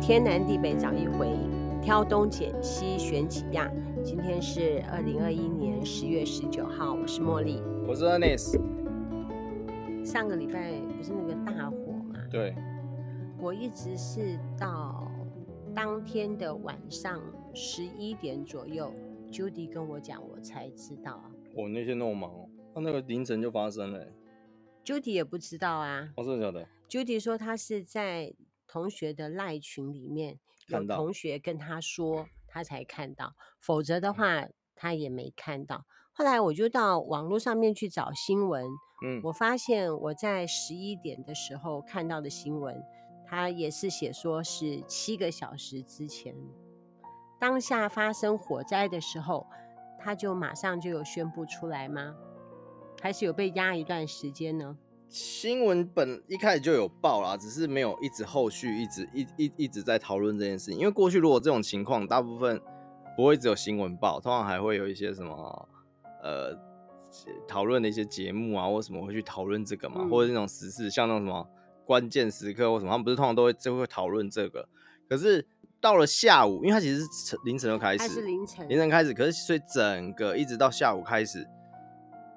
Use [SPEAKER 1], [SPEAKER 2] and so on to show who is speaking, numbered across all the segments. [SPEAKER 1] 天南地北找一回，挑东拣西选几样。今天是二零二一年十月十九号，我是茉莉。
[SPEAKER 2] 我是 Ernest，
[SPEAKER 1] 上个礼拜不是那个大火吗？
[SPEAKER 2] 对，
[SPEAKER 1] 我一直是到当天的晚上十一点左右，Judy 跟我讲，我才知道。啊
[SPEAKER 2] 我那天那么忙哦，他那个凌晨就发生了欸，
[SPEAKER 1] Judy 也不知道啊。
[SPEAKER 2] 哦，真的假的？
[SPEAKER 1] Judy 说她是在同学的赖群里面有
[SPEAKER 2] 看到
[SPEAKER 1] 同学跟她说，她才看到，否则
[SPEAKER 2] 嗯
[SPEAKER 1] 的话她也没看到。后来我就到网络上面去找新闻，
[SPEAKER 2] 嗯，
[SPEAKER 1] 我发现我在十一点的时候看到的新闻，它也是写说是七个小时之前，当下发生火灾的时候，它就马上就有宣布出来吗？还是有被压一段时间呢？
[SPEAKER 2] 新闻本一开始就有报啦，只是没有一直后续一直一一一直在讨论这件事情。因为过去如果这种情况，大部分不会只有新闻报，通常还会有一些什么呃讨论的一些节目啊，或什么会去讨论这个嘛，
[SPEAKER 1] 嗯
[SPEAKER 2] 或者那种时事，像那种什么关键时刻或什么，他们不是通常都会就会讨论这个。可是到了下午，因为它其实是凌晨就开
[SPEAKER 1] 还
[SPEAKER 2] 始，
[SPEAKER 1] 是凌晨？
[SPEAKER 2] 凌晨开始，可是所以整个一直到下午开始，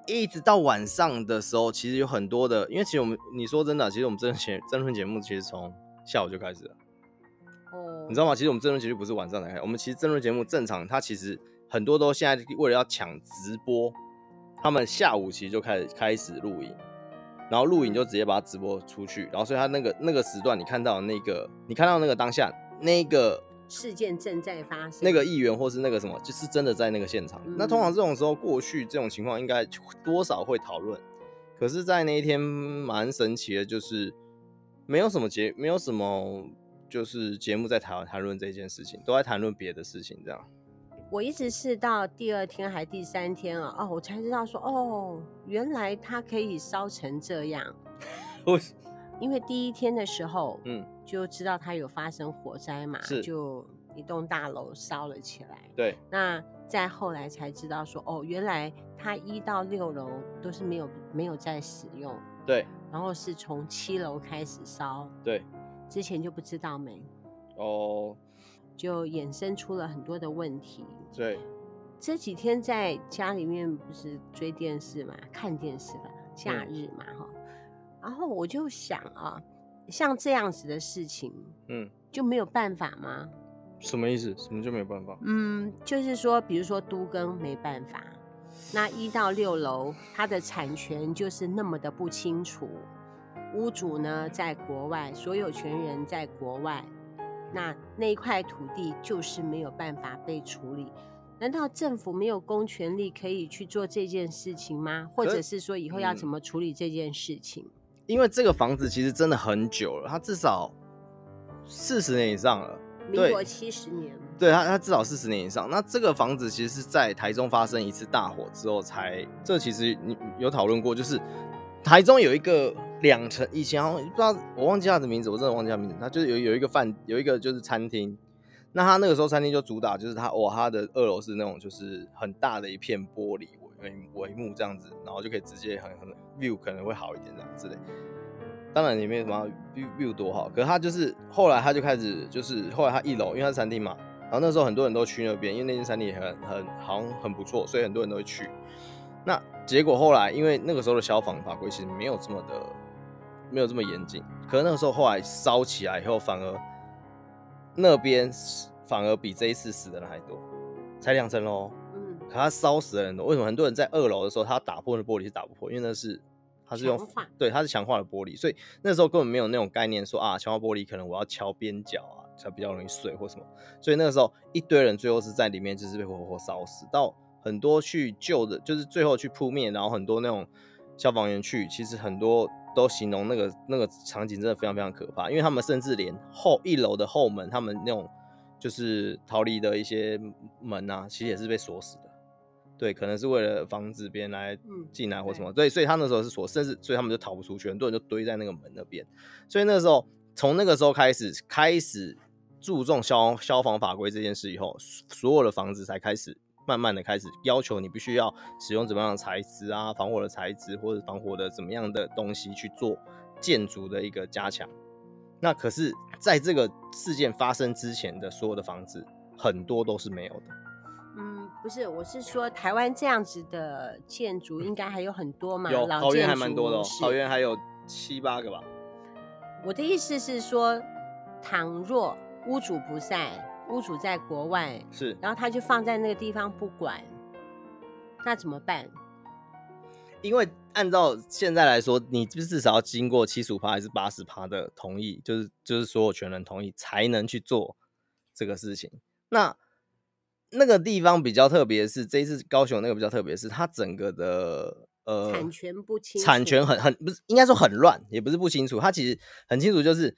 [SPEAKER 2] 一直到晚上的时候，其实有很多的，因为其实我们你说真的啊，其实我们争论节争论节目其实从下午就开始了，
[SPEAKER 1] 哦，
[SPEAKER 2] 你知道吗？其实我们争论节目不是晚上才开始，我们其实争论节目正常，它其实很多都现在为了要抢直播，他们下午其实就开始开始录影。然后录影就直接把它直播出去，然后所以他那个那个时段你看到的那个你看到那个当下那个
[SPEAKER 1] 事件正在发生，
[SPEAKER 2] 那个议员或是那个什么，就是真的在那个现场。那通常这种时候，过去这种情况应该多少会讨论，可是，在那一天蛮神奇的，就是没有什么节，没有什么就是节目在谈谈论这件事情，都在谈论别的事情， 这样。
[SPEAKER 1] 我一直是到第二天还第三天啊，哦，我才知道说，哦，原来它可以烧成这样。
[SPEAKER 2] 我
[SPEAKER 1] 因为第一天的时候，
[SPEAKER 2] 嗯，
[SPEAKER 1] 就知道它有发生火灾嘛，
[SPEAKER 2] 是
[SPEAKER 1] 就一栋大楼烧了起来。
[SPEAKER 2] 对，
[SPEAKER 1] 那再后来才知道说，哦，原来它一到六楼都是没有没有在使用，
[SPEAKER 2] 对，
[SPEAKER 1] 然后是从七楼开始烧，
[SPEAKER 2] 对，
[SPEAKER 1] 之前就不知道没，
[SPEAKER 2] 哦，
[SPEAKER 1] 就衍生出了很多的问题。
[SPEAKER 2] 对，
[SPEAKER 1] 这几天在家里面不是追电视嘛，看电视啦，假日嘛哈、然后我就想啊，像这样子的事情
[SPEAKER 2] 嗯，
[SPEAKER 1] 就没有办法吗？
[SPEAKER 2] 什么意思？什么就没有办法？
[SPEAKER 1] 嗯，就是说，比如说都更没办法，那一到六楼它的产权就是那么的不清楚，屋主呢在国外，所有权人在国外，那那一块土地就是没有办法被处理。难道政府没有公权力可以去做这件事情吗？或
[SPEAKER 2] 可
[SPEAKER 1] 者是说以后要怎
[SPEAKER 2] 嗯
[SPEAKER 1] 么处理这件事情？
[SPEAKER 2] 因为这个房子其实真的很久了，它至少四十年以上了。
[SPEAKER 1] 民
[SPEAKER 2] 对
[SPEAKER 1] 国七十年，
[SPEAKER 2] 对他，他至少四十年以上。那这个房子其实是在台中发生一次大火之后才，这其实你有讨论过，就是台中有一个两层，以前好像不知道我忘记他的名字，我真的忘记他名字。他就是有有一个饭，有一个就是餐厅。那他那个时候餐厅就主打就是他哇，他的二楼是那种就是很大的一片玻璃帷帷幕这样子，然后就可以直接很很 view 可能会好一点这样之类。当然也没有什么 view view 多好，可是他就是后来他就开始就是后来他一楼，因为他是餐厅嘛，然后那时候很多人都去那边，因为那间餐厅也很很好像很不错，所以很多人都会去。那结果后来，因为那个时候的消防法规其实没有这么的没有这么严谨，可是那个时候后来烧起来以后，反而那边死反而比这一次死的人还多，才两层楼，
[SPEAKER 1] 嗯，
[SPEAKER 2] 可他烧死的人多。为什么很多人在二楼的时候，他打破那玻璃是打不破？因为那是他是用
[SPEAKER 1] 强化
[SPEAKER 2] 对它是强化的玻璃，所以那时候根本没有那种概念说啊，强化玻璃可能我要敲边角啊，才比较容易碎或什么。所以那个时候一堆人最后是在里面就是被活活烧死，到很多去救的，就是最后去扑灭，然后很多那种消防员去，其实很多都形容那个那个场景真的非常非常可怕，因为他们甚至连后一楼的后门，他们那种就是逃离的一些门啊，其实也是被锁死的。对，可能是为了防止别人来
[SPEAKER 1] 嗯
[SPEAKER 2] 进来啊或什么，对，所以他那时候是锁，甚至所以他们就逃不出去，很多人就堆在那个门那边。所以那时候从那个时候开始，开始注重消消防法规这件事以后，所所有的房子才开始慢慢的开始要求你必须要使用怎么样的材质啊，防火的材质或者防火的怎么样的东西去做建筑的一个加强。那可是在这个事件发生之前的所有的房子，很多都是没有的。
[SPEAKER 1] 嗯，不是，我是说台湾这样子的建筑应该还有很多嘛，
[SPEAKER 2] 嗯有
[SPEAKER 1] 老
[SPEAKER 2] 桃园
[SPEAKER 1] 建
[SPEAKER 2] 还蛮
[SPEAKER 1] 筑
[SPEAKER 2] 多的、哦，
[SPEAKER 1] 是
[SPEAKER 2] 桃园还有七八个吧。
[SPEAKER 1] 我的意思是说，倘若屋主不在，屋主在国外，
[SPEAKER 2] 是，
[SPEAKER 1] 然后他就放在那个地方不管，那怎么办？
[SPEAKER 2] 因为按照现在来说，你至少要经过七十五趴还是八十趴的同意，就是就是所有权人同意才能去做这个事情。那那个地方比较特别的是，这一次高雄那个比较特别的是，它整个的呃
[SPEAKER 1] 产权不清楚，
[SPEAKER 2] 产权很很不是应该说很乱，也不是不清楚，它其实很清楚，就是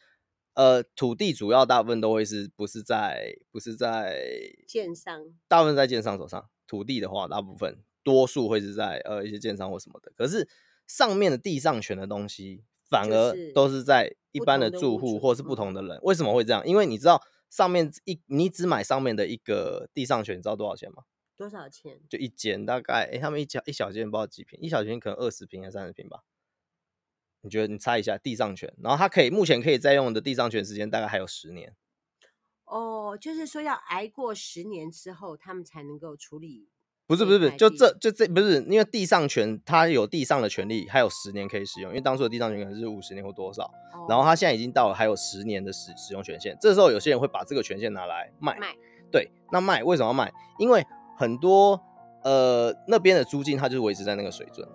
[SPEAKER 2] 呃土地主要大部分都会是不是在不是在
[SPEAKER 1] 建商
[SPEAKER 2] 大部分在建商手上，土地的话，大部分多数会是在呃一些建商或什么的。可是上面的地上权的东西，反
[SPEAKER 1] 就
[SPEAKER 2] 而
[SPEAKER 1] 是
[SPEAKER 2] 都是在一
[SPEAKER 1] 不
[SPEAKER 2] 般
[SPEAKER 1] 同
[SPEAKER 2] 的
[SPEAKER 1] 的
[SPEAKER 2] 住
[SPEAKER 1] 屋
[SPEAKER 2] 户
[SPEAKER 1] 主
[SPEAKER 2] 或是
[SPEAKER 1] 嗯
[SPEAKER 2] 不同的人。为什么会这样？因为你知道上面一你只买上面的一个地上权，你知道多少钱吗？
[SPEAKER 1] 多少钱？
[SPEAKER 2] 就一间大概，诶、他们一小一小间不知道几平，一小间可能二十平还三十平吧。你觉得你猜一下地上权，然后它可以目前可以再用的地上权时间大概还有十年。
[SPEAKER 1] 哦，就是说要挨过十年之后，他们才能够处理。
[SPEAKER 2] 不是
[SPEAKER 1] 这
[SPEAKER 2] 不是不
[SPEAKER 1] 块
[SPEAKER 2] 是，就
[SPEAKER 1] 地
[SPEAKER 2] 这就这不是因为地上权，它有地上的权利，还有十年可以使用，因为当初的地上权可能是五十年或多少，然后
[SPEAKER 1] 哦
[SPEAKER 2] 它现在已经到了还有十年的使使用权限，这时候有些人会把这个权限拿来卖，
[SPEAKER 1] 卖
[SPEAKER 2] 对，那卖为什么要卖？因为很多呃那边的租金它就是维持在那个水准，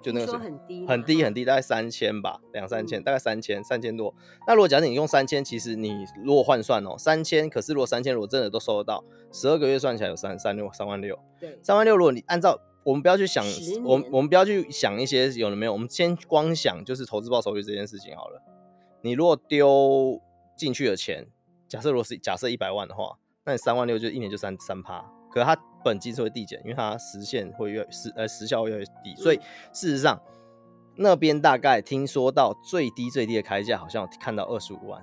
[SPEAKER 2] 就那
[SPEAKER 1] 听
[SPEAKER 2] 个
[SPEAKER 1] 说
[SPEAKER 2] 水
[SPEAKER 1] 很低嘛，
[SPEAKER 2] 很低
[SPEAKER 1] 哈
[SPEAKER 2] 很低，大概三千吧，两三千，
[SPEAKER 1] 嗯
[SPEAKER 2] 大概三千三千多。那如果假设你用三千，其实你如果换算哦，三千，可是如果三千如果真的都收得到，十二个月算起来有三三六三万六。
[SPEAKER 1] 对，
[SPEAKER 2] 三万六，如果你按照我们不要去想
[SPEAKER 1] 嗯十，
[SPEAKER 2] 我们
[SPEAKER 1] 年
[SPEAKER 2] 我们不要去想一些有的没有，我们先光想就是投资报酬率这件事情好了。你如果丢进去的钱，假设如果是假设一百万的话，那你三万六就一年就三三趴，可是它本金是会递减，因为它时限会越时呃时效会越来越低，所以
[SPEAKER 1] 嗯
[SPEAKER 2] 事实上那边大概听说到最低最低的开价好像有看到二十五万，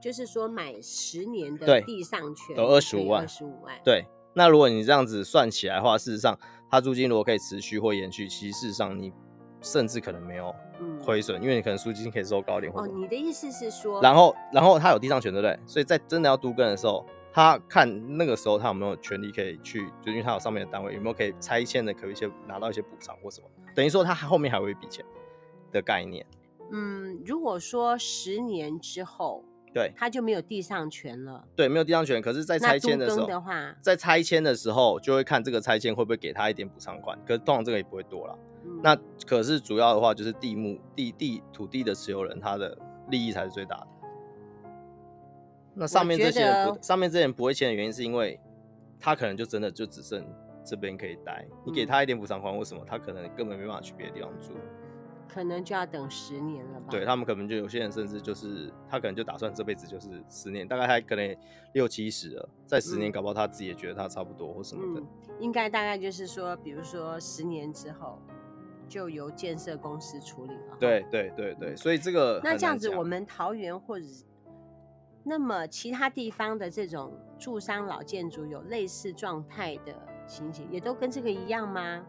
[SPEAKER 1] 就是说买十年的
[SPEAKER 2] 对
[SPEAKER 1] 地上权
[SPEAKER 2] 有25万
[SPEAKER 1] 二十五万，
[SPEAKER 2] 对，那如果你这样子算起来的话，事实上它租金如果可以持续或延续，其实事实上你甚至可能没有
[SPEAKER 1] 嗯，
[SPEAKER 2] 亏损，因为你可能租金可以收高点或
[SPEAKER 1] 哦，
[SPEAKER 2] 者、
[SPEAKER 1] 你的意思是说，
[SPEAKER 2] 然后然后他有地上权，对不对？所以在真的要都更的时候，他看那个时候他有没有权利可以去，就因为他有上面的单位有没有可以拆迁的，可以一些拿到一些补偿或什么，等于说他后面还有一笔钱的概念。
[SPEAKER 1] 嗯，如果说十年之后
[SPEAKER 2] 对
[SPEAKER 1] 他就没有地上权了，
[SPEAKER 2] 对，没有地上权，可是，在
[SPEAKER 1] 那
[SPEAKER 2] 拆
[SPEAKER 1] 都
[SPEAKER 2] 迁的时
[SPEAKER 1] 更
[SPEAKER 2] 候，
[SPEAKER 1] 的话，
[SPEAKER 2] 在拆迁的时候就会看这个拆迁会不会给他一点补偿款，可是通常这个也不会多啦。
[SPEAKER 1] 嗯
[SPEAKER 2] 那可是主要的话就是地目地地土地的持有人，他的利益才是最大的。那上面
[SPEAKER 1] 觉
[SPEAKER 2] 这些人
[SPEAKER 1] 得
[SPEAKER 2] 不，上面这些人不会签的原因，是因为他可能就真的就只剩这边可以待，你给
[SPEAKER 1] 嗯哦
[SPEAKER 2] 他一点补偿款或什么，他可能根本没办法去别的地方住。
[SPEAKER 1] 可能就要等十年了吧？
[SPEAKER 2] 对他们可能就有些人甚至就是他可能就打算这辈子就是十年，大概他可能也六七十了，在十年
[SPEAKER 1] 嗯
[SPEAKER 2] 搞不好他自己也觉得他差不多或什么的。
[SPEAKER 1] 嗯，应该大概就是说，比如说十年之后就由建设公司处理了哈。
[SPEAKER 2] 对对对对，所以这个
[SPEAKER 1] 那
[SPEAKER 2] 呃很
[SPEAKER 1] 这样
[SPEAKER 2] 难
[SPEAKER 1] 子，
[SPEAKER 2] 讲
[SPEAKER 1] 我们桃园或者是那么其他地方的这种住商老建筑有类似状态的情形，也都跟这个一样吗？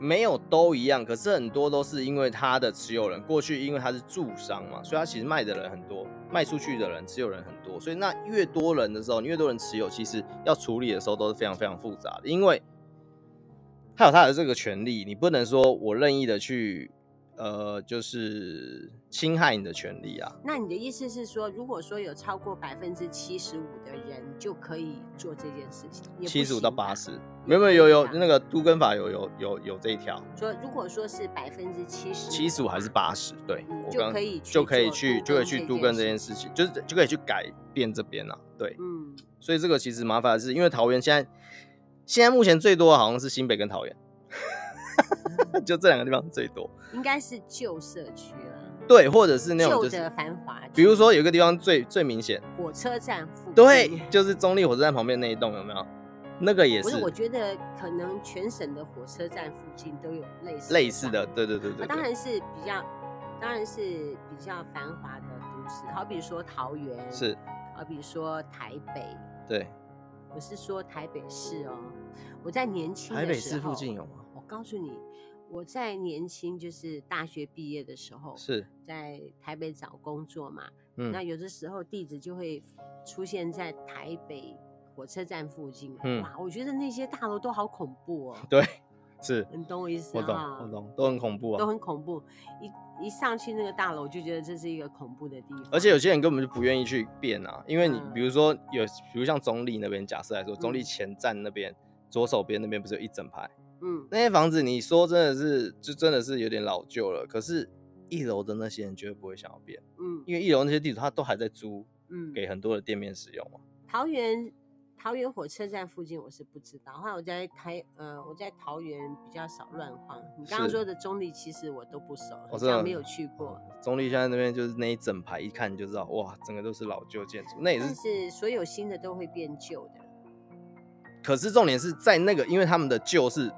[SPEAKER 2] 没有都一样，可是很多都是因为他的持有人过去，因为他是住商嘛，所以他其实卖的人很多，卖出去的人持有人很多，所以那越多人的时候，你越多人持有，其实要处理的时候都是非常非常复杂的，因为他有他的这个权利，你不能说我任意的去呃，就是侵害你的权利啊。
[SPEAKER 1] 那你的意思是说，如果说有超过百分之七十五的人就可以做这件事情，也不
[SPEAKER 2] 七十五到
[SPEAKER 1] 行吧
[SPEAKER 2] 八，十，没
[SPEAKER 1] 也
[SPEAKER 2] 有没
[SPEAKER 1] 不
[SPEAKER 2] 有有
[SPEAKER 1] 行吧啊
[SPEAKER 2] 那个都跟法有有有有这一条，
[SPEAKER 1] 说如果说是百分之七十，
[SPEAKER 2] 七十五还是八十？对，
[SPEAKER 1] 嗯
[SPEAKER 2] 我
[SPEAKER 1] 就
[SPEAKER 2] 刚
[SPEAKER 1] 可以去
[SPEAKER 2] 就可以
[SPEAKER 1] 做
[SPEAKER 2] 去
[SPEAKER 1] 都
[SPEAKER 2] 就可以
[SPEAKER 1] 更
[SPEAKER 2] 去
[SPEAKER 1] 这
[SPEAKER 2] 都
[SPEAKER 1] 件
[SPEAKER 2] 跟
[SPEAKER 1] 事
[SPEAKER 2] 这件事情，就是就可以去改变这边啊。对，
[SPEAKER 1] 嗯，
[SPEAKER 2] 所以这个其实麻烦的是，因为桃园现在现在目前最多的好像是新北跟桃园， 就这两个地方最多。
[SPEAKER 1] 应该是旧社区了，
[SPEAKER 2] 对，或者是那种
[SPEAKER 1] 旧
[SPEAKER 2] 就是
[SPEAKER 1] 的，繁华区，
[SPEAKER 2] 比如说有一个地方最最明显，
[SPEAKER 1] 火车站附近，
[SPEAKER 2] 对，就是中立火车站旁边那一栋有没有？那个也
[SPEAKER 1] 不是，
[SPEAKER 2] 是
[SPEAKER 1] 我觉得可能全省的火车站附近都有类似
[SPEAKER 2] 类似
[SPEAKER 1] 状
[SPEAKER 2] 的，对对对对
[SPEAKER 1] 啊，当
[SPEAKER 2] 对，
[SPEAKER 1] 然是比较，当然是比较繁华的都市，好比说桃园，，
[SPEAKER 2] 是，
[SPEAKER 1] 好比说台北，
[SPEAKER 2] 对，
[SPEAKER 1] 我是说台北市哦。我在年轻
[SPEAKER 2] 台
[SPEAKER 1] 的
[SPEAKER 2] 北
[SPEAKER 1] 时
[SPEAKER 2] 市
[SPEAKER 1] 候，
[SPEAKER 2] 附近有吗？
[SPEAKER 1] 我告诉你，我在年轻就是大学毕业的时候，
[SPEAKER 2] 是，
[SPEAKER 1] 在台北找工作嘛，那
[SPEAKER 2] 嗯，
[SPEAKER 1] 有的时候地址就会出现在台北火车站附近。
[SPEAKER 2] 嗯
[SPEAKER 1] 哇，我觉得那些大楼都好恐怖哦，
[SPEAKER 2] 对，是
[SPEAKER 1] 你懂我意思啊
[SPEAKER 2] 我懂，
[SPEAKER 1] 哈
[SPEAKER 2] 我懂，都很恐怖
[SPEAKER 1] 都
[SPEAKER 2] 啊。
[SPEAKER 1] 很恐怖。一一上去那个大楼，就觉得这是一个恐怖的地方。
[SPEAKER 2] 而且有些人根本就不愿意去变啊，因为你
[SPEAKER 1] 嗯
[SPEAKER 2] 比如说有，比如像中立那边，假设来说，中立
[SPEAKER 1] 嗯
[SPEAKER 2] 前站那边、左手边那边不是有一整排
[SPEAKER 1] 嗯，
[SPEAKER 2] 那些房子？你说真的是，就真的是有点老旧了。可是，一楼的那些人绝对不会想要变，
[SPEAKER 1] 嗯
[SPEAKER 2] 因为一楼那些地主他都还在租
[SPEAKER 1] 嗯
[SPEAKER 2] 给很多的店面使用嘛。
[SPEAKER 1] 桃园桃园火车站附近我是不知道，后来我在台呃我在桃园比较少乱晃。你刚刚
[SPEAKER 2] 是
[SPEAKER 1] 说的中立其实我都不熟，好
[SPEAKER 2] 真的
[SPEAKER 1] 像没有去过。
[SPEAKER 2] 中立现在那边就是那一整排，一看就知道，哇，整个都是老旧建筑。那也
[SPEAKER 1] 但
[SPEAKER 2] 是，
[SPEAKER 1] 是所有新的都会变旧的，
[SPEAKER 2] 可是重点是在那个，因为他们的旧是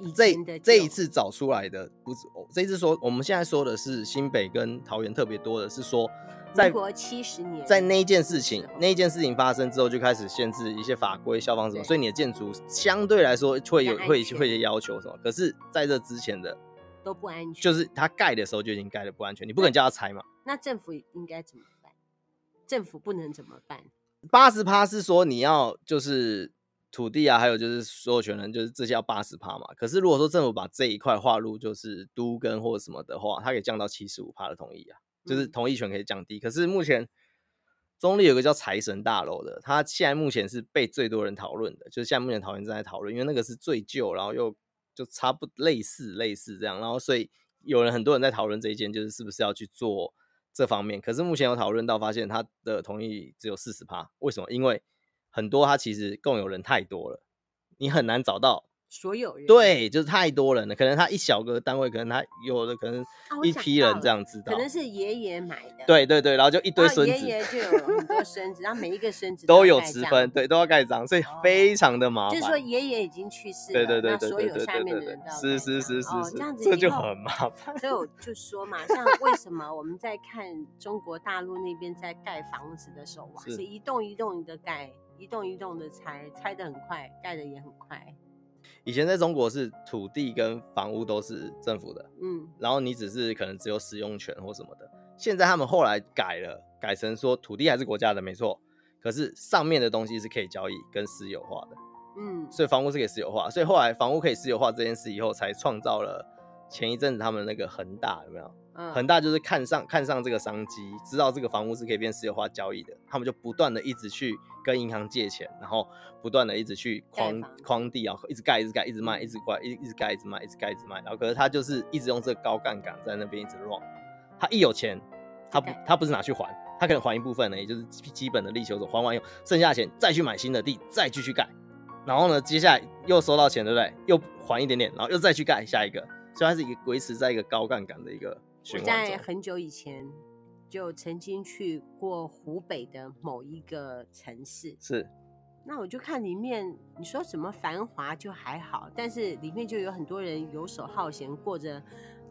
[SPEAKER 1] 以
[SPEAKER 2] 这
[SPEAKER 1] 前的
[SPEAKER 2] 这
[SPEAKER 1] 旧
[SPEAKER 2] 一次找出来的，不是哦这一次说我们现在说的是新北跟桃园特别多的是说，在
[SPEAKER 1] 民国70年
[SPEAKER 2] 在那一件事情
[SPEAKER 1] 的时候
[SPEAKER 2] 那一件事情发生之后就开始限制一些法规、消防什么，
[SPEAKER 1] 对
[SPEAKER 2] 所以你的建筑相对来说会有
[SPEAKER 1] 比较安
[SPEAKER 2] 会
[SPEAKER 1] 全
[SPEAKER 2] 会有一些要求什么。可是在这之前的，
[SPEAKER 1] 都不安全。
[SPEAKER 2] 就是它盖的时候就已经盖的不安全，你不可能叫它拆嘛。
[SPEAKER 1] 那政府应该怎么办？政府不能怎么办？
[SPEAKER 2] 八十趴是说你要就是土地啊，还有就是所有权人，就是这些要八十趴嘛。可是如果说政府把这一块划入就是都跟或什么的话，它可以降到七十五趴的同意啊，就是
[SPEAKER 1] 嗯
[SPEAKER 2] 同意权可以降低。可是目前中立有个叫财神大楼的，它现在目前是被最多人讨论的，就是现在目前桃园正在讨论，因为那个是最旧，然后又就差不类似类似这样，然后所以有人很多人在讨论这一件，就是是不是要去做这方面。可是目前有讨论到，发现他的同意只有四十趴，为什么？因为很多他其实共有人太多了，你很难找到。
[SPEAKER 1] 所有人，
[SPEAKER 2] 对，就是太多人了，可能他一小个单位，可能他有的可能
[SPEAKER 1] 啊我
[SPEAKER 2] 一
[SPEAKER 1] 想
[SPEAKER 2] 批
[SPEAKER 1] 到
[SPEAKER 2] 人
[SPEAKER 1] 了
[SPEAKER 2] 这样知道。
[SPEAKER 1] 可能是爷爷买的，，
[SPEAKER 2] 对对对，然后就一堆
[SPEAKER 1] 然后
[SPEAKER 2] 孙
[SPEAKER 1] 爷
[SPEAKER 2] 子。
[SPEAKER 1] 爷就有很多孙子，然后每一个孙子
[SPEAKER 2] 都
[SPEAKER 1] 要
[SPEAKER 2] 有
[SPEAKER 1] 盖
[SPEAKER 2] 持
[SPEAKER 1] 章
[SPEAKER 2] 分，对，都要盖章，所以
[SPEAKER 1] 哦
[SPEAKER 2] 非常的麻
[SPEAKER 1] 就
[SPEAKER 2] 烦。
[SPEAKER 1] 是说爷爷已经去世了，
[SPEAKER 2] 对对对
[SPEAKER 1] 那
[SPEAKER 2] 对
[SPEAKER 1] 所
[SPEAKER 2] 对
[SPEAKER 1] 有
[SPEAKER 2] 对
[SPEAKER 1] 下
[SPEAKER 2] 对
[SPEAKER 1] 面
[SPEAKER 2] 对
[SPEAKER 1] 的人
[SPEAKER 2] 对
[SPEAKER 1] 都，要
[SPEAKER 2] 是
[SPEAKER 1] 盖
[SPEAKER 2] 是
[SPEAKER 1] 章
[SPEAKER 2] 是是
[SPEAKER 1] 哦，
[SPEAKER 2] 是
[SPEAKER 1] 这样，子
[SPEAKER 2] 这
[SPEAKER 1] 以
[SPEAKER 2] 就
[SPEAKER 1] 后
[SPEAKER 2] 很麻烦。
[SPEAKER 1] 所以我就说嘛，像为什么我们在看中国大陆那边在盖房子的时候，哇，
[SPEAKER 2] 是
[SPEAKER 1] 是一栋一栋的盖，一栋一栋的拆，拆的很快，盖的也很快，
[SPEAKER 2] 以前在中国是土地跟房屋都是政府的，
[SPEAKER 1] 嗯，
[SPEAKER 2] 然后你只是可能只有使用权或什么的。现在他们后来改了，改成说土地还是国家的，没错，可是上面的东西是可以交易跟私有化的。
[SPEAKER 1] 嗯，
[SPEAKER 2] 所以房屋是可以私有化，所以后来房屋可以私有化这件事以后，才创造了前一阵子他们那个恒大有没有？
[SPEAKER 1] 嗯
[SPEAKER 2] 恒大就是看上看上这个商机，知道这个房屋是可以变私有化交易的，他们就不断的一直去跟银行借钱，然后不断的一直去框
[SPEAKER 1] 盖房子
[SPEAKER 2] 框地啊，一直盖一直盖一直卖一直盖一一直盖一直卖一直盖一直卖，然后可是他就是一直用这个高杠杆在那边一直 run，他一有钱，他不
[SPEAKER 1] 盖
[SPEAKER 2] 他不是拿去还，他可能还一部分呢，也就是基基本的力求走，还完以后剩下的钱再去买新的地，再继续盖，然后呢，接下来又收到钱，对不对？又还一点点，然后又再去盖下一个，所以它是一个维持在一个高杠杆的一个
[SPEAKER 1] 我
[SPEAKER 2] 循环
[SPEAKER 1] 在
[SPEAKER 2] 中。
[SPEAKER 1] 很久以前就曾经去过湖北的某一个城市，
[SPEAKER 2] 是，
[SPEAKER 1] 那我就看里面，你说什么繁华就还好，但是里面就有很多人游手好闲，过着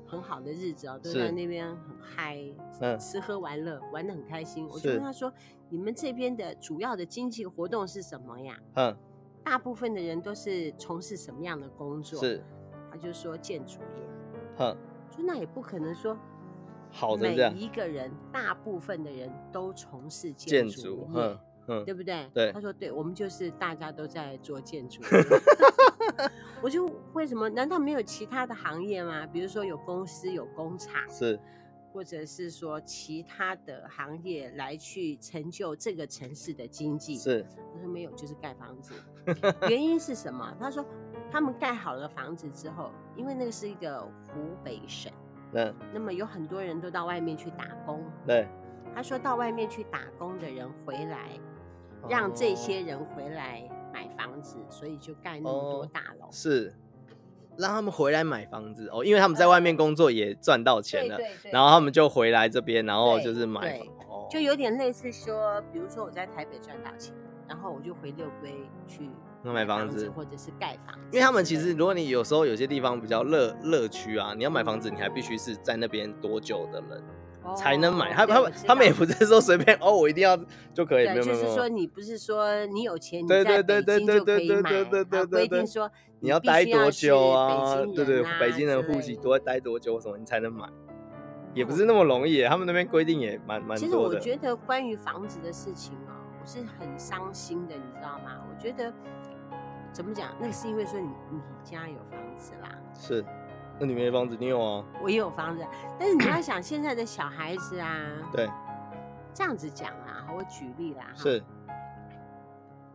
[SPEAKER 1] 很好的日子哦，都在
[SPEAKER 2] 是
[SPEAKER 1] 那边很嗨，
[SPEAKER 2] 嗯
[SPEAKER 1] 吃喝玩乐，玩的很开心。我就是问他说：“你们这边的主要的经济活动是什么呀？
[SPEAKER 2] 嗯，
[SPEAKER 1] 大部分的人都是从事什么样的工作？”，
[SPEAKER 2] 是，
[SPEAKER 1] 他就说建筑业，
[SPEAKER 2] 哼，
[SPEAKER 1] 说那也不可能说
[SPEAKER 2] 好的
[SPEAKER 1] 哦每
[SPEAKER 2] 这样，
[SPEAKER 1] 一个人，大部分的人都从事
[SPEAKER 2] 建
[SPEAKER 1] 筑
[SPEAKER 2] 筑，嗯
[SPEAKER 1] 业，
[SPEAKER 2] 哼哼
[SPEAKER 1] 对，不对？
[SPEAKER 2] 对
[SPEAKER 1] 他说对，我们就是大家都在做建筑 业。我就为什么？难道没有其他的行业吗？比如说有公司、有工厂，
[SPEAKER 2] 是
[SPEAKER 1] 或者是说其他的行业来去成就这个城市的经济？
[SPEAKER 2] 是，
[SPEAKER 1] 他说没有，就是盖房子。原因是什么？他说他们盖好了房子之后，因为那个是一个湖北省，
[SPEAKER 2] 嗯，
[SPEAKER 1] 那么有很多人都到外面去打工。
[SPEAKER 2] 对，
[SPEAKER 1] 他说到外面去打工的人回来，让这
[SPEAKER 2] 哦
[SPEAKER 1] 些人回来买房子，所以就盖那么多
[SPEAKER 2] 哦
[SPEAKER 1] 大楼。
[SPEAKER 2] 是让他们回来买房子哦，因为他们在外面工作也赚到钱了，
[SPEAKER 1] 对对
[SPEAKER 2] 然后他们就回来这边，然后
[SPEAKER 1] 对
[SPEAKER 2] 就是买
[SPEAKER 1] 对
[SPEAKER 2] 房，哦
[SPEAKER 1] 就有点类似说，比如说我在台北赚到钱，然后我就回六龟去
[SPEAKER 2] 那买房
[SPEAKER 1] 子
[SPEAKER 2] 子
[SPEAKER 1] 或者是盖房子之类的，
[SPEAKER 2] 因为他们其实，如果你有时候有些地方比较热热区啊，你要买房子，你还必须是在那边多久的人，才能买。
[SPEAKER 1] 哦
[SPEAKER 2] 他
[SPEAKER 1] 对
[SPEAKER 2] 他
[SPEAKER 1] 我
[SPEAKER 2] 们
[SPEAKER 1] 知
[SPEAKER 2] 他们也
[SPEAKER 1] 道
[SPEAKER 2] 不是说随便哦，我一定要就可以，没
[SPEAKER 1] 对，
[SPEAKER 2] 有没
[SPEAKER 1] 就
[SPEAKER 2] 有没
[SPEAKER 1] 是
[SPEAKER 2] 有
[SPEAKER 1] 说
[SPEAKER 2] 没有，
[SPEAKER 1] 你不是说你有钱你
[SPEAKER 2] 对
[SPEAKER 1] 在
[SPEAKER 2] 对
[SPEAKER 1] 北
[SPEAKER 2] 对
[SPEAKER 1] 京
[SPEAKER 2] 对
[SPEAKER 1] 就可以
[SPEAKER 2] 对
[SPEAKER 1] 买，
[SPEAKER 2] 对对对
[SPEAKER 1] 它
[SPEAKER 2] 对
[SPEAKER 1] 规
[SPEAKER 2] 对
[SPEAKER 1] 定说
[SPEAKER 2] 你要
[SPEAKER 1] 必须
[SPEAKER 2] 待多
[SPEAKER 1] 是
[SPEAKER 2] 久
[SPEAKER 1] 北
[SPEAKER 2] 啊
[SPEAKER 1] 京？
[SPEAKER 2] 对对
[SPEAKER 1] 人，
[SPEAKER 2] 北
[SPEAKER 1] 啊
[SPEAKER 2] 京人
[SPEAKER 1] 之
[SPEAKER 2] 户
[SPEAKER 1] 类
[SPEAKER 2] 籍
[SPEAKER 1] 的哦
[SPEAKER 2] 多待多久什么你才能买？也不是那么容易，他们那边规定也蛮蛮
[SPEAKER 1] 其实
[SPEAKER 2] 多
[SPEAKER 1] 我
[SPEAKER 2] 的。
[SPEAKER 1] 觉得关于房子的事情哦，我是很伤心的，你知道吗？我觉得怎么讲，那是因为说你你家有房子啦，
[SPEAKER 2] 是，那你没房子，你有啊？
[SPEAKER 1] 我也有房子，但是你要想现在的小孩子啊，
[SPEAKER 2] 对，
[SPEAKER 1] 这样子讲啦，我举例啦，哈
[SPEAKER 2] 是，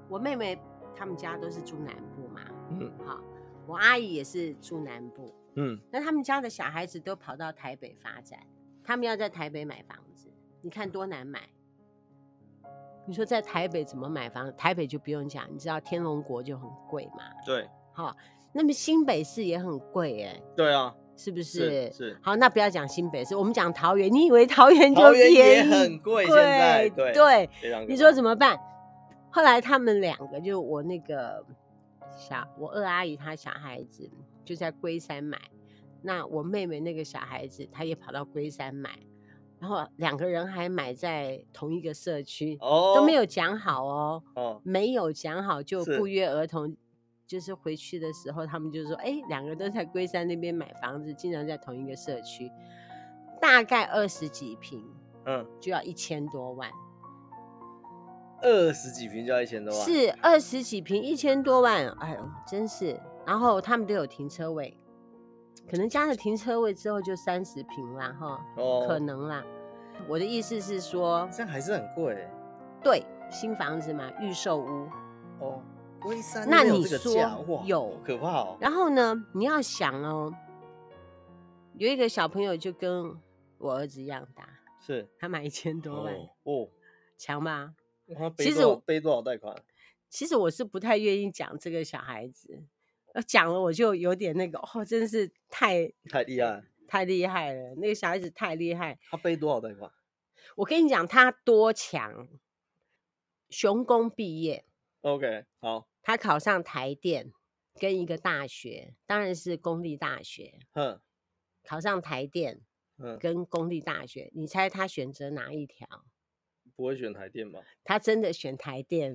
[SPEAKER 1] 我妹妹他们家都是住南部嘛，
[SPEAKER 2] 嗯
[SPEAKER 1] 好，我阿姨也是住南部，
[SPEAKER 2] 嗯，
[SPEAKER 1] 那他们家的小孩子都跑到台北发展，他们要在台北买房子，你看多难买。你说在台北怎么买房？台北就不用讲，你知道天龙国就很贵嘛。
[SPEAKER 2] 对
[SPEAKER 1] 好，那么新北市也很贵哎、
[SPEAKER 2] 对啊，
[SPEAKER 1] 是不
[SPEAKER 2] 是
[SPEAKER 1] 是？
[SPEAKER 2] 是
[SPEAKER 1] 好，那不要讲新北市，我们讲桃园。你以为桃园就
[SPEAKER 2] 桃园也
[SPEAKER 1] 便宜？
[SPEAKER 2] 很贵，现在
[SPEAKER 1] 对
[SPEAKER 2] 对
[SPEAKER 1] 对，
[SPEAKER 2] 非常可
[SPEAKER 1] 你说
[SPEAKER 2] 怕
[SPEAKER 1] 怎么办？后来他们两个，就我那个小我二阿姨她小孩子就在龟山买，那我妹妹那个小孩子她也跑到龟山买，然后两个人还买在同一个社区，
[SPEAKER 2] 哦
[SPEAKER 1] 都没有讲好哦，
[SPEAKER 2] 哦，
[SPEAKER 1] 没有讲好就是不约而同。就是回去的时候，他们就说：“哎、两个人都在龟山那边买房子，竟然在同一个社区，大概二十几平，
[SPEAKER 2] 嗯，
[SPEAKER 1] 就要一千多万。”
[SPEAKER 2] 二十几平就要一千多万，
[SPEAKER 1] 是二十几平，一千多万，哎呦，真是。然后他们都有停车位，可能加了停车位之后就三十平啦，哈，
[SPEAKER 2] 哦，
[SPEAKER 1] 可能啦。我的意思是说，
[SPEAKER 2] 这样还是很贵
[SPEAKER 1] 对，新房子嘛，预售屋。
[SPEAKER 2] 哦。龟山
[SPEAKER 1] 那
[SPEAKER 2] 没有
[SPEAKER 1] 你
[SPEAKER 2] 这个
[SPEAKER 1] 说
[SPEAKER 2] 价哇
[SPEAKER 1] 有
[SPEAKER 2] 好可怕哦？
[SPEAKER 1] 然后呢，你要想哦，有一个小朋友就跟我儿子一样大，
[SPEAKER 2] 是
[SPEAKER 1] 他买一千多万，
[SPEAKER 2] 哦，
[SPEAKER 1] 强吧？
[SPEAKER 2] 哇他
[SPEAKER 1] 其
[SPEAKER 2] 背
[SPEAKER 1] 实
[SPEAKER 2] 多少
[SPEAKER 1] 我
[SPEAKER 2] 背多少贷款？
[SPEAKER 1] 其实我是不太愿意讲这个小孩子，呃讲了我就有点那个，哦，真是太
[SPEAKER 2] 太厉害了，
[SPEAKER 1] 太厉害了，那个小孩子太厉害。
[SPEAKER 2] 他背多少贷款？
[SPEAKER 1] 我跟你讲，他多强！雄工毕业，
[SPEAKER 2] OK，好，
[SPEAKER 1] 他考上台电跟一个大学，当然是公立大学，
[SPEAKER 2] 哼，
[SPEAKER 1] 考上台电
[SPEAKER 2] 嗯，
[SPEAKER 1] 跟公立大学。你猜他选择哪一条？
[SPEAKER 2] 不会选台电吧？
[SPEAKER 1] 他真的选台电，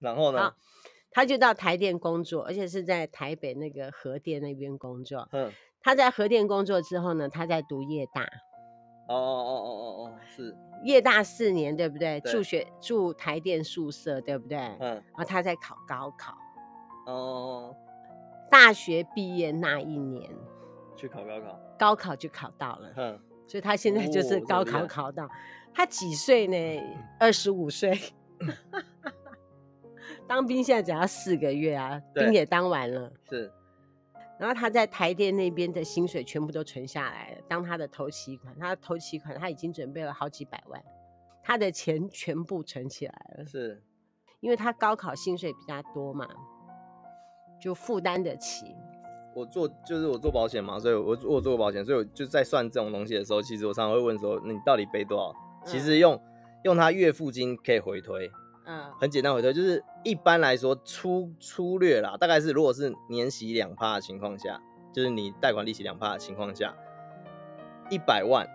[SPEAKER 2] 然后呢
[SPEAKER 1] 好？他就到台电工作，而且是在台北那个核电那边工作。
[SPEAKER 2] 嗯，
[SPEAKER 1] 他在核电工作之后呢，他在读夜大，
[SPEAKER 2] 哦哦哦哦哦哦，是，
[SPEAKER 1] 夜大四年，对不对？
[SPEAKER 2] 对
[SPEAKER 1] 住学住台电宿舍，对不对？
[SPEAKER 2] 嗯，
[SPEAKER 1] 然后他在考高考。
[SPEAKER 2] 哦哦
[SPEAKER 1] 大学毕业那一年，
[SPEAKER 2] 哦，去考高考，
[SPEAKER 1] 高考就考到了，
[SPEAKER 2] 哼，
[SPEAKER 1] 所以他现在就
[SPEAKER 2] 哦这
[SPEAKER 1] 是
[SPEAKER 2] 么
[SPEAKER 1] 高
[SPEAKER 2] 厉
[SPEAKER 1] 考
[SPEAKER 2] 害嗯
[SPEAKER 1] 考到。他几岁呢？二十五岁。 当兵现在只要四个月啊，兵
[SPEAKER 2] 对
[SPEAKER 1] 也当完了。
[SPEAKER 2] 是，
[SPEAKER 1] 然后他在台电那边的薪水全部都存下来了，当他的头期款，他的头期款他已经准备了好几百万，他的钱全部存起来了，
[SPEAKER 2] 是，
[SPEAKER 1] 因为他高考薪水比较多嘛，就负担得起。
[SPEAKER 2] 我做就是我做保险嘛，所以我我做过保险，所以我就在算这种东西的时候，其实我常常会问说，那你到底背多少？其
[SPEAKER 1] 嗯
[SPEAKER 2] 实用用他月付金可以回推，
[SPEAKER 1] 嗯，
[SPEAKER 2] 很简单回推，就是一般来说粗粗略啦，大概是如果是年息两趴的情况下，就是你贷款利息两趴的情况下，一百万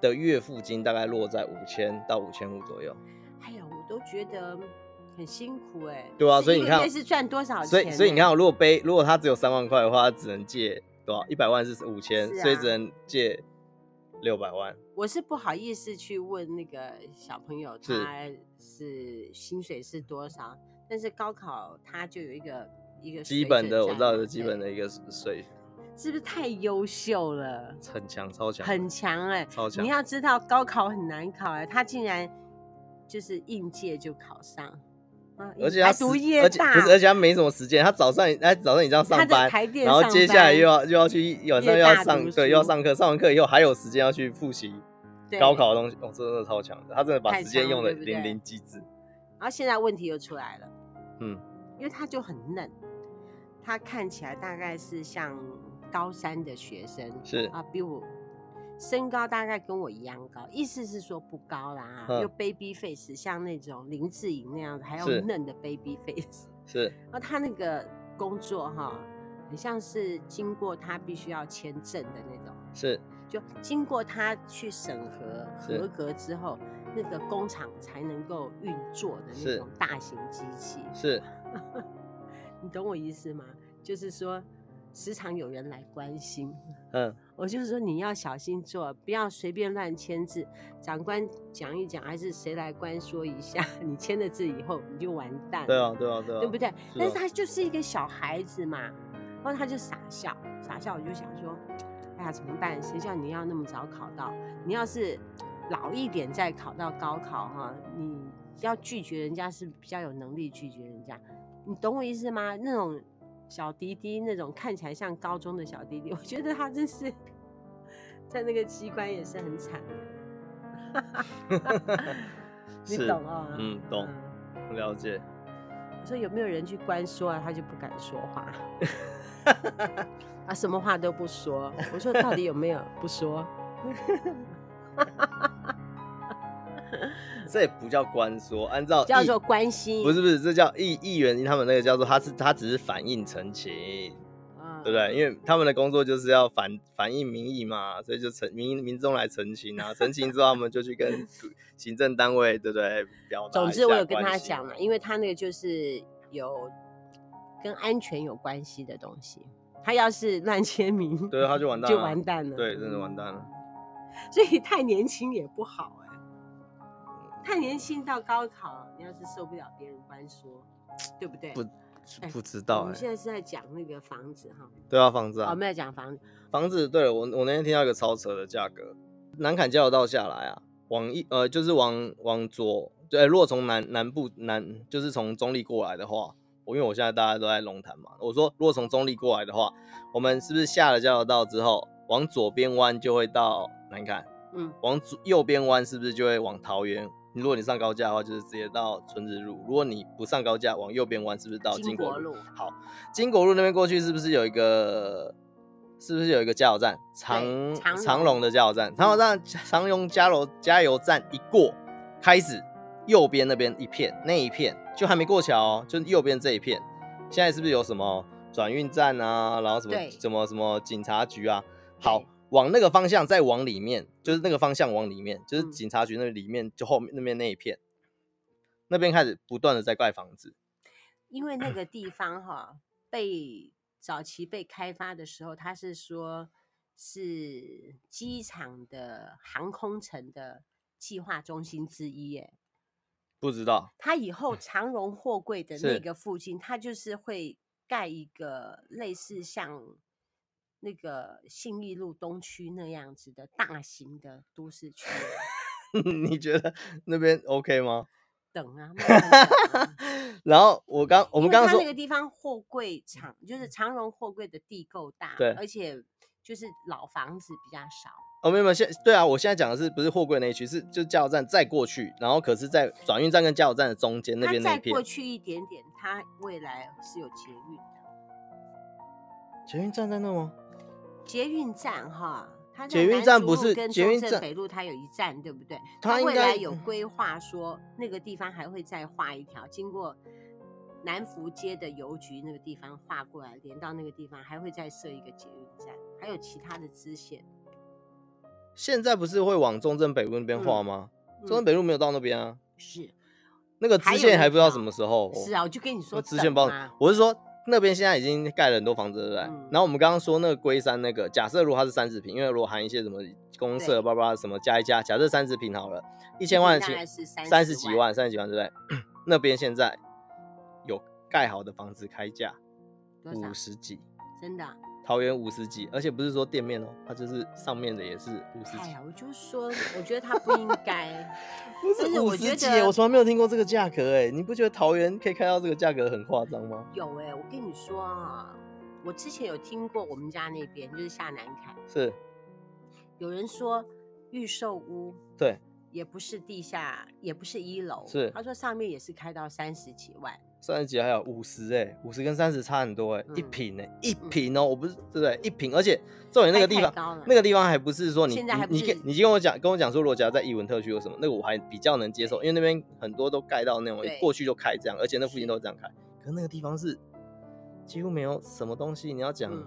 [SPEAKER 2] 的月付金大概落在五千到五千五左右。
[SPEAKER 1] 哎呀，我都觉得很辛苦哎、
[SPEAKER 2] 对啊
[SPEAKER 1] 是
[SPEAKER 2] 所以
[SPEAKER 1] 一
[SPEAKER 2] 你
[SPEAKER 1] 个
[SPEAKER 2] 看
[SPEAKER 1] 月是赚多少钱、
[SPEAKER 2] 所以所以你看哦，，如果背如果他只有三万块的话，他只能借多少？一百万是五千、
[SPEAKER 1] 是啊
[SPEAKER 2] 所以只能借六百万。
[SPEAKER 1] 我是不好意思去问那个小朋友
[SPEAKER 2] 是
[SPEAKER 1] 他是薪水是多少，但是高考他就有一个一个
[SPEAKER 2] 基本的
[SPEAKER 1] 水
[SPEAKER 2] 我
[SPEAKER 1] 准
[SPEAKER 2] 知
[SPEAKER 1] 在
[SPEAKER 2] 道
[SPEAKER 1] 嘛
[SPEAKER 2] 的基本，的
[SPEAKER 1] 对
[SPEAKER 2] 一个税
[SPEAKER 1] 是不是太优秀了？
[SPEAKER 2] 很强，超 强，
[SPEAKER 1] 很强哎、
[SPEAKER 2] 超强
[SPEAKER 1] 你要知道高考很难考哎、他竟然就是应届就考上，啊
[SPEAKER 2] 而且
[SPEAKER 1] 还
[SPEAKER 2] 他
[SPEAKER 1] 读
[SPEAKER 2] 时
[SPEAKER 1] 夜
[SPEAKER 2] 而且
[SPEAKER 1] 大，
[SPEAKER 2] 不是，而且他没什么时间，他早上他早上你这样
[SPEAKER 1] 他
[SPEAKER 2] 上
[SPEAKER 1] 在
[SPEAKER 2] 班，
[SPEAKER 1] 台电
[SPEAKER 2] 然后
[SPEAKER 1] 上
[SPEAKER 2] 接下来
[SPEAKER 1] 班
[SPEAKER 2] 又要又要去晚上
[SPEAKER 1] 夜
[SPEAKER 2] 又要
[SPEAKER 1] 大
[SPEAKER 2] 上
[SPEAKER 1] 读
[SPEAKER 2] 对又要
[SPEAKER 1] 书
[SPEAKER 2] 上课，上完课以后还有时间要去复习
[SPEAKER 1] 对
[SPEAKER 2] 高考的东西，哦，这真的超强的，他真的把
[SPEAKER 1] 太
[SPEAKER 2] 时间
[SPEAKER 1] 强了
[SPEAKER 2] 用的
[SPEAKER 1] 对不对
[SPEAKER 2] 淋漓尽致，
[SPEAKER 1] 然后现在问题又出来了。
[SPEAKER 2] 嗯，
[SPEAKER 1] 因为他就很嫩，他看起来大概是像高三的学生
[SPEAKER 2] 是
[SPEAKER 1] 啊，比我身高大概跟我一样高，意思是说不高啦啊，
[SPEAKER 2] 嗯
[SPEAKER 1] 又 baby face，像那种林志颖那样子还要
[SPEAKER 2] 是
[SPEAKER 1] 嫩的 baby face。
[SPEAKER 2] 是
[SPEAKER 1] 然后他那个工作哈，很像是经过他必须要签证的那种，
[SPEAKER 2] 是
[SPEAKER 1] 就经过他去审核
[SPEAKER 2] 是
[SPEAKER 1] 合格之后，那个工厂才能够运作的那
[SPEAKER 2] 是
[SPEAKER 1] 种大型机器。
[SPEAKER 2] 是
[SPEAKER 1] 你懂我意思吗？就是说，时常有人来关心，
[SPEAKER 2] 嗯
[SPEAKER 1] 我就是说你要小心做，不要随便乱签字。长官讲一讲，还是谁来关说一下， 你签了字以后你就完蛋了。
[SPEAKER 2] 对啊对啊对啊，
[SPEAKER 1] 对不对？
[SPEAKER 2] 是
[SPEAKER 1] 但
[SPEAKER 2] 啊
[SPEAKER 1] 是他就是一个小孩子嘛，然后他就傻笑，傻笑，我就想说，哎呀，怎么办？谁叫你要那么早考到？你要是老一点再考到高考哈，你要拒绝人家是比较有能力拒绝人家，你懂我意思吗？那种小滴滴，那种看起来像高中的小滴滴，我觉得他真是在那个机关也是很惨 的，你
[SPEAKER 2] 是
[SPEAKER 1] 懂哦？
[SPEAKER 2] 嗯懂了解。
[SPEAKER 1] 我说有没有人去关说啊？他就不敢说话， 啊，什么话都不说。我说到底有没有不说？
[SPEAKER 2] 哦这也不叫官说，按照
[SPEAKER 1] 叫
[SPEAKER 2] 议
[SPEAKER 1] 做关心，
[SPEAKER 2] 不是不是，这叫议议员他们那个叫做他是他只是反映陈情，
[SPEAKER 1] 啊，
[SPEAKER 2] 对不对？因为他们的工作就是要反反映民意嘛，所以就陈民民众来陈情 啊，陈情之后他们就去跟行政单位，对不对？表达
[SPEAKER 1] 总
[SPEAKER 2] 一
[SPEAKER 1] 之我
[SPEAKER 2] 下
[SPEAKER 1] 有跟
[SPEAKER 2] 关
[SPEAKER 1] 他
[SPEAKER 2] 心
[SPEAKER 1] 讲了，因为他那个就是有跟安全有关系的东西，他要是乱签名，
[SPEAKER 2] 对，他就完蛋了，
[SPEAKER 1] 就完蛋了，
[SPEAKER 2] 对，真的完蛋了。
[SPEAKER 1] 所以太年轻也不好哎、
[SPEAKER 2] 嗯
[SPEAKER 1] 太年轻到高考，你要是受不了别人关说，对不对？
[SPEAKER 2] 不
[SPEAKER 1] 哎
[SPEAKER 2] 不知
[SPEAKER 1] 我
[SPEAKER 2] 道
[SPEAKER 1] 们
[SPEAKER 2] 哎、
[SPEAKER 1] 现在是在讲那个房子哈，
[SPEAKER 2] 对啊，房子
[SPEAKER 1] 哦，
[SPEAKER 2] 啊
[SPEAKER 1] 我，们在讲房子，
[SPEAKER 2] 房子。对了，我我那天听到一个超扯的价格，南坎交流道下来啊，往一呃就是往往左，对，如果从南南部南就是从中立过来的话，我因为我现在大家都在龙潭嘛，我说如果从中立过来的话，我们是不是下了交流道之后，往左边弯就会到南坎，
[SPEAKER 1] 嗯，
[SPEAKER 2] 往左右边弯是不是就会往桃园？如果你上高架的话，就是直接到春日路；如果你不上高架，往右边弯是不是到
[SPEAKER 1] 金
[SPEAKER 2] 金国
[SPEAKER 1] 国
[SPEAKER 2] 路？
[SPEAKER 1] 路，
[SPEAKER 2] 好，金国路那边过去是不是有一个？是不是有一个加油站？长
[SPEAKER 1] 长荣
[SPEAKER 2] 长隆的加油站，长隆站长荣加油加油站一过，开始右边那边一片，那一片就还没过桥哦，就是右边这一片。现在是不是有什么转运站啊，然后什么
[SPEAKER 1] 对
[SPEAKER 2] 什么什么警察局啊？好
[SPEAKER 1] 对，
[SPEAKER 2] 往那个方向再往里面，就是那个方向往里面，就是
[SPEAKER 1] 嗯
[SPEAKER 2] 警察局那里面，就后面那边那一片，那边开始不断的在盖房子。
[SPEAKER 1] 因为 那个地方哈、被早期被开发的时候，它是说是机场的航空城的计划中心之一耶。
[SPEAKER 2] 不知道，
[SPEAKER 1] 它以后长荣货柜的那
[SPEAKER 2] 嗯是
[SPEAKER 1] 个附近，它就是会盖一个类似像那个信义路东区那样子的大型的都市区。
[SPEAKER 2] 你觉得那边 OK 吗？
[SPEAKER 1] 等啊，慢慢等啊
[SPEAKER 2] 然后我刚我
[SPEAKER 1] 因
[SPEAKER 2] 们
[SPEAKER 1] 为
[SPEAKER 2] 刚刚
[SPEAKER 1] 它
[SPEAKER 2] 说嗯
[SPEAKER 1] 那个地方货柜厂就是长荣货柜的地够大，
[SPEAKER 2] 对
[SPEAKER 1] 而且就是老房子比较少，
[SPEAKER 2] 哦，没有没有，现对啊，我现在讲的是不是货柜那一区，是就加油站再过去，然后可是，在转运站跟加油站的中间那
[SPEAKER 1] 它
[SPEAKER 2] 边那一
[SPEAKER 1] 再
[SPEAKER 2] 片
[SPEAKER 1] 过去一点点，它未来是有捷运的，
[SPEAKER 2] 捷运站在那吗？
[SPEAKER 1] 捷运站哈。它在
[SPEAKER 2] 捷运
[SPEAKER 1] 南
[SPEAKER 2] 站
[SPEAKER 1] 竹
[SPEAKER 2] 不
[SPEAKER 1] 路
[SPEAKER 2] 是
[SPEAKER 1] 跟
[SPEAKER 2] 捷
[SPEAKER 1] 中
[SPEAKER 2] 运
[SPEAKER 1] 正
[SPEAKER 2] 站
[SPEAKER 1] 北路，它有一站，对不对？
[SPEAKER 2] 它应
[SPEAKER 1] 未来
[SPEAKER 2] 该嗯
[SPEAKER 1] 有规划说，那个地方还会再画一条，经过南福街的邮局那个地方画过来，连到那个地方，还会再设一个捷运站，还有其他的支线。
[SPEAKER 2] 现在不是会往中正北路那边画吗？中正
[SPEAKER 1] 嗯
[SPEAKER 2] 北路没有到那边啊，
[SPEAKER 1] 是
[SPEAKER 2] 那个
[SPEAKER 1] 还
[SPEAKER 2] 支
[SPEAKER 1] 有
[SPEAKER 2] 线
[SPEAKER 1] 那
[SPEAKER 2] 还不知道
[SPEAKER 1] 条
[SPEAKER 2] 什么时候。哦
[SPEAKER 1] 是啊，我就跟你说
[SPEAKER 2] 支线
[SPEAKER 1] 等
[SPEAKER 2] 包
[SPEAKER 1] 啊，
[SPEAKER 2] 我是说那边现在已经盖了很多房子，对不对？
[SPEAKER 1] 嗯
[SPEAKER 2] 然后我们刚刚说那个龟山那个，假设如果它是三十平，因为如果含一些什么公
[SPEAKER 1] 对
[SPEAKER 2] 社、叭叭什么加一加，假设三十平好了，一
[SPEAKER 1] 平
[SPEAKER 2] 千万
[SPEAKER 1] 大
[SPEAKER 2] 起
[SPEAKER 1] 概是30
[SPEAKER 2] 三十几
[SPEAKER 1] 万
[SPEAKER 2] 万，三十几万对不对？那边现在有盖好的房子开价
[SPEAKER 1] 多少
[SPEAKER 2] 五？十几，
[SPEAKER 1] 真的啊、
[SPEAKER 2] 桃园五十几，而且不是说店面哦，它就是上面的也是五十
[SPEAKER 1] 哎
[SPEAKER 2] 几，
[SPEAKER 1] 呀，，我就说，我觉得他不应该
[SPEAKER 2] 不
[SPEAKER 1] 但
[SPEAKER 2] 是
[SPEAKER 1] 我
[SPEAKER 2] 五
[SPEAKER 1] 觉
[SPEAKER 2] 十几耶，
[SPEAKER 1] 得
[SPEAKER 2] 我从来没有听过这个价格哎，你不觉得桃园可以开到这个价格很夸张吗？
[SPEAKER 1] 有哎、我跟你说啊，我之前有听过我们家那边就是下南坎
[SPEAKER 2] 是，
[SPEAKER 1] 有人说预售屋
[SPEAKER 2] 对，
[SPEAKER 1] 也不是地下，也不是一楼，
[SPEAKER 2] 是
[SPEAKER 1] 他说上面也是开到三十几万，
[SPEAKER 2] 三十几还有五十哎，五十跟三十差很多哎、一
[SPEAKER 1] 嗯
[SPEAKER 2] 瓶哎、一瓶哦、我不是对不对？一瓶，而且重点那
[SPEAKER 1] 开
[SPEAKER 2] 个地
[SPEAKER 1] 太
[SPEAKER 2] 方，
[SPEAKER 1] 高了
[SPEAKER 2] 那个地方还不是说你
[SPEAKER 1] 现在还不
[SPEAKER 2] 你你
[SPEAKER 1] 是
[SPEAKER 2] 跟你跟我讲跟我讲说，罗家在艺文特区有什么，那个我还比较能接受，因为那边很多都盖到那种
[SPEAKER 1] 对
[SPEAKER 2] 过去就开这样，而且那附
[SPEAKER 1] 是
[SPEAKER 2] 近都这样开，可那个地方是几乎没有什么东西，你要讲、
[SPEAKER 1] 嗯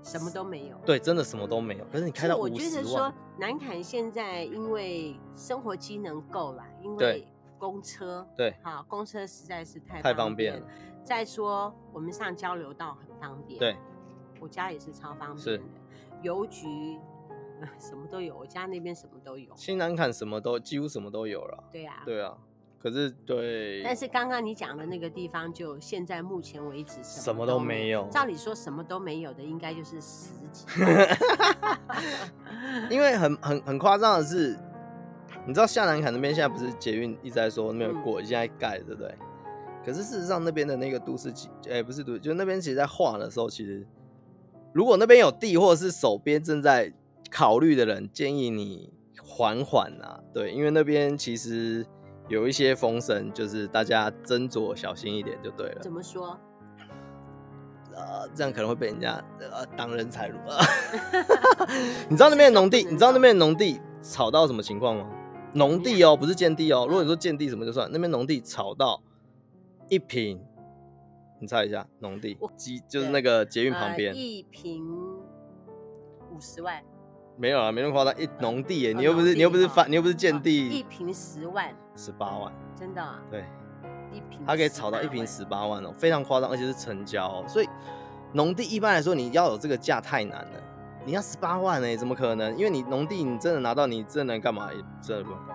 [SPEAKER 1] 什么都没有。
[SPEAKER 2] 对，真的什么都没有。可是你开
[SPEAKER 1] 是
[SPEAKER 2] 到
[SPEAKER 1] 我
[SPEAKER 2] 五
[SPEAKER 1] 觉得
[SPEAKER 2] 十
[SPEAKER 1] 说
[SPEAKER 2] 万，
[SPEAKER 1] 南坎现在因为生活机能够了，因
[SPEAKER 2] 对
[SPEAKER 1] 为公车，
[SPEAKER 2] 对，
[SPEAKER 1] 好，公车实在是太
[SPEAKER 2] 太方便
[SPEAKER 1] 了
[SPEAKER 2] 了。。
[SPEAKER 1] 再说我们上交流道很方便，
[SPEAKER 2] 对，
[SPEAKER 1] 我家也是超方便
[SPEAKER 2] 是
[SPEAKER 1] 的，邮局、 呃什么都有，我家那边什么都有。
[SPEAKER 2] 新南坎什么都几乎什么都有了。
[SPEAKER 1] 对啊，
[SPEAKER 2] 对啊，可是对，
[SPEAKER 1] 但是刚刚你讲的那个地方，就现在目前为止
[SPEAKER 2] 什么都没有
[SPEAKER 1] 照理说什么都没有的，应该就是十几。
[SPEAKER 2] 因为很很很夸张的是，你知道下南坎那边现在不是捷运一直在说没有过，现在盖了对不对？可是事实上那边的那个都市计，哎、不是都，就那边其实在画的时候，其实如果那边有地或者是手边正在考虑的人，建议你缓缓啊，对，因为那边其实有一些风声，就是大家斟酌小心一点就对了。
[SPEAKER 1] 怎么说？
[SPEAKER 2] 呃，这样可能会被人家呃当人才辱。 你知道那边的农地，
[SPEAKER 1] 这种不能
[SPEAKER 2] 你知道那边的农地吵到什么情况吗？农地哦，不是建地哦。如果你说建地什么就算，那边农地吵到一平，你猜一下，农地机就是那个捷运旁边
[SPEAKER 1] 呃、，一瓶五十万，
[SPEAKER 2] 没有啊，没那么夸张。一农地耶，
[SPEAKER 1] 哦
[SPEAKER 2] 你又不
[SPEAKER 1] 农
[SPEAKER 2] 是
[SPEAKER 1] 地
[SPEAKER 2] 你又不是
[SPEAKER 1] 哦
[SPEAKER 2] 发你又不是建
[SPEAKER 1] 一
[SPEAKER 2] 地，
[SPEAKER 1] 瓶十万，
[SPEAKER 2] 十八万，
[SPEAKER 1] 真的啊、
[SPEAKER 2] 对，
[SPEAKER 1] 一瓶
[SPEAKER 2] 它可以炒到
[SPEAKER 1] 18
[SPEAKER 2] 一瓶
[SPEAKER 1] 万
[SPEAKER 2] 十八万哦，非常夸张，而且是成交、哦。所以农地一般来说你要有这个价太难了，你要十八万呢、欸怎么可能？因为你农地你真的拿到，你真的能干嘛？也真的不用干嘛。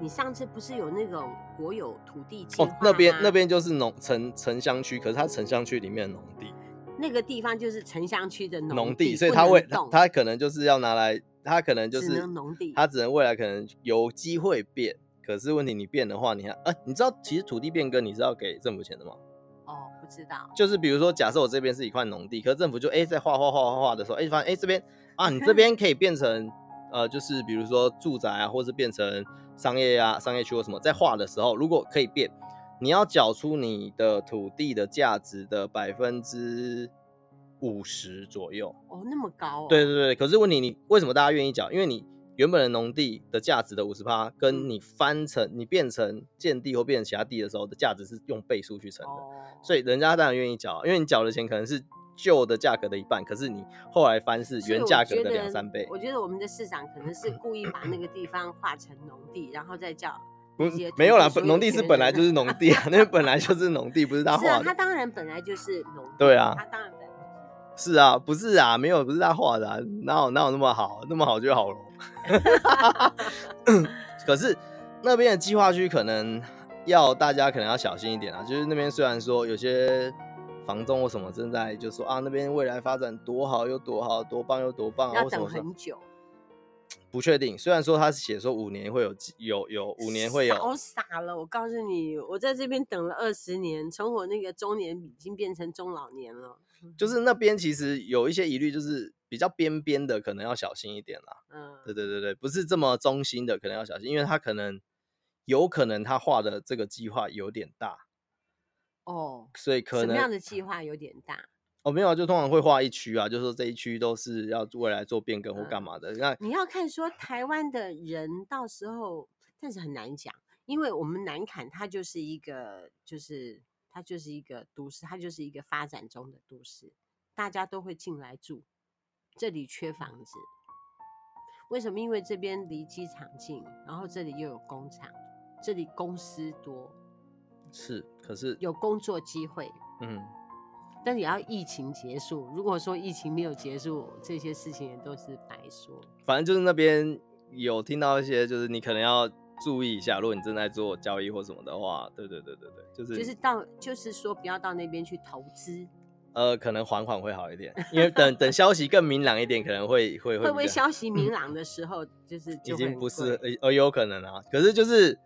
[SPEAKER 1] 你上次不是有那种国有土地计划
[SPEAKER 2] 哦，那边
[SPEAKER 1] 吗
[SPEAKER 2] 那边就是农城城乡区，可是它城乡区里面的农地，
[SPEAKER 1] 那个地方就是城乡区的
[SPEAKER 2] 农
[SPEAKER 1] 地，
[SPEAKER 2] 所以
[SPEAKER 1] 不
[SPEAKER 2] 它
[SPEAKER 1] 能
[SPEAKER 2] 为它
[SPEAKER 1] 动
[SPEAKER 2] 它可能就是要拿来，它可能就
[SPEAKER 1] 只
[SPEAKER 2] 是
[SPEAKER 1] 能农地
[SPEAKER 2] 它只能未来可能有机会变。可是问题，你变的话，你还哎、你知道其实土地变更你是要给政府钱的吗？
[SPEAKER 1] 哦，不知道
[SPEAKER 2] 就是比如说，假设我这边是一块农地，可是政府就哎、诶在画画画画画的时候，哎、发现哎、诶这边啊，你这边可以变成呃，就是比如说住宅啊，或是变成商业啊、商业区或什么，在画的时候，如果可以变，你要缴出你的土地的价值的百分之五十左右。
[SPEAKER 1] 哦，那么高哦，
[SPEAKER 2] 对对对，可是问题你为什么大家愿意缴？因为你原本的农地的价值的五十趴，
[SPEAKER 1] 嗯
[SPEAKER 2] 跟你翻成你变成建地或变成其他地的时候的价值是用倍数去乘的。
[SPEAKER 1] 哦，
[SPEAKER 2] 所以人家当然愿意缴，啊因为你缴的钱可能是旧的价格的一半，可是你后来翻是
[SPEAKER 1] 所以
[SPEAKER 2] 原
[SPEAKER 1] 我
[SPEAKER 2] 价格
[SPEAKER 1] 觉得
[SPEAKER 2] 的两三倍。
[SPEAKER 1] 我觉得我们的市长可能是故意把那个地方划成农地，然后再叫
[SPEAKER 2] 不
[SPEAKER 1] 一些，
[SPEAKER 2] 没有啦，
[SPEAKER 1] 土地
[SPEAKER 2] 本农地
[SPEAKER 1] 所
[SPEAKER 2] 是
[SPEAKER 1] 有
[SPEAKER 2] 本来
[SPEAKER 1] 权
[SPEAKER 2] 就
[SPEAKER 1] 人
[SPEAKER 2] 是农 地啊，那边本来就是农地，不是他
[SPEAKER 1] 是啊
[SPEAKER 2] 画，的
[SPEAKER 1] 他。当然本来就是农地，
[SPEAKER 2] 对啊
[SPEAKER 1] 他当然本来就是
[SPEAKER 2] 是啊，不是啊，没有，不是他画的、啊，哪有哪有那么好，那么好就好了。 可是那边的计划区可能要大家可能要小心一点啊，就是那边虽然说有些房东或什么正在就说啊，那边未来发展多好又多好，多棒又多棒啊，
[SPEAKER 1] 要
[SPEAKER 2] 或什
[SPEAKER 1] 等
[SPEAKER 2] 么什么
[SPEAKER 1] 很久，
[SPEAKER 2] 不确定，虽然说他是写说五年会有几有有五年会
[SPEAKER 1] 好
[SPEAKER 2] 有，
[SPEAKER 1] 傻了！我告诉你，我在这边等了二十年，从我那个中年已经变成中老年了。
[SPEAKER 2] 就是那边其实有一些疑虑，就是比较边边的可能要小心一点啦。
[SPEAKER 1] 嗯，
[SPEAKER 2] 对对对对，不是这么中心的可能要小心，因为他可能有可能他画的这个计划有点大，
[SPEAKER 1] 哦，
[SPEAKER 2] 所以可
[SPEAKER 1] 什么样
[SPEAKER 2] 能
[SPEAKER 1] 的计划有点大？
[SPEAKER 2] 哦没有啊，就通常会画一区啊，就说这一区都是要未来做变更或
[SPEAKER 1] 嗯
[SPEAKER 2] 干嘛的。那
[SPEAKER 1] 你要看说台湾的人到时候，但是很难讲，因为我们南坎它就是一个，就是它就是一个都市，它就是一个发展中的都市，大家都会进来住，这里缺房子。为什么？因为这边离机场近，然后这里又有工厂，这里公司多，
[SPEAKER 2] 是可是
[SPEAKER 1] 有工作机会，
[SPEAKER 2] 嗯，
[SPEAKER 1] 但也要疫情结束。如果说疫情没有结束，这些事情也都是白说。
[SPEAKER 2] 反正就是那边有听到一些，就是你可能要注意一下，如果你正在做交易或什么的话，对对对对对，就是
[SPEAKER 1] 就是到，就是说不要到那边去投资，
[SPEAKER 2] 呃，可能缓缓会好一点，因为等等消息更明朗一点，可能会会会
[SPEAKER 1] 会不会
[SPEAKER 2] 比较
[SPEAKER 1] 消息明朗的时候，就是
[SPEAKER 2] 嗯已
[SPEAKER 1] 就会
[SPEAKER 2] 经
[SPEAKER 1] 很
[SPEAKER 2] 不是
[SPEAKER 1] 贵
[SPEAKER 2] 呃呃有可能啊，可是就是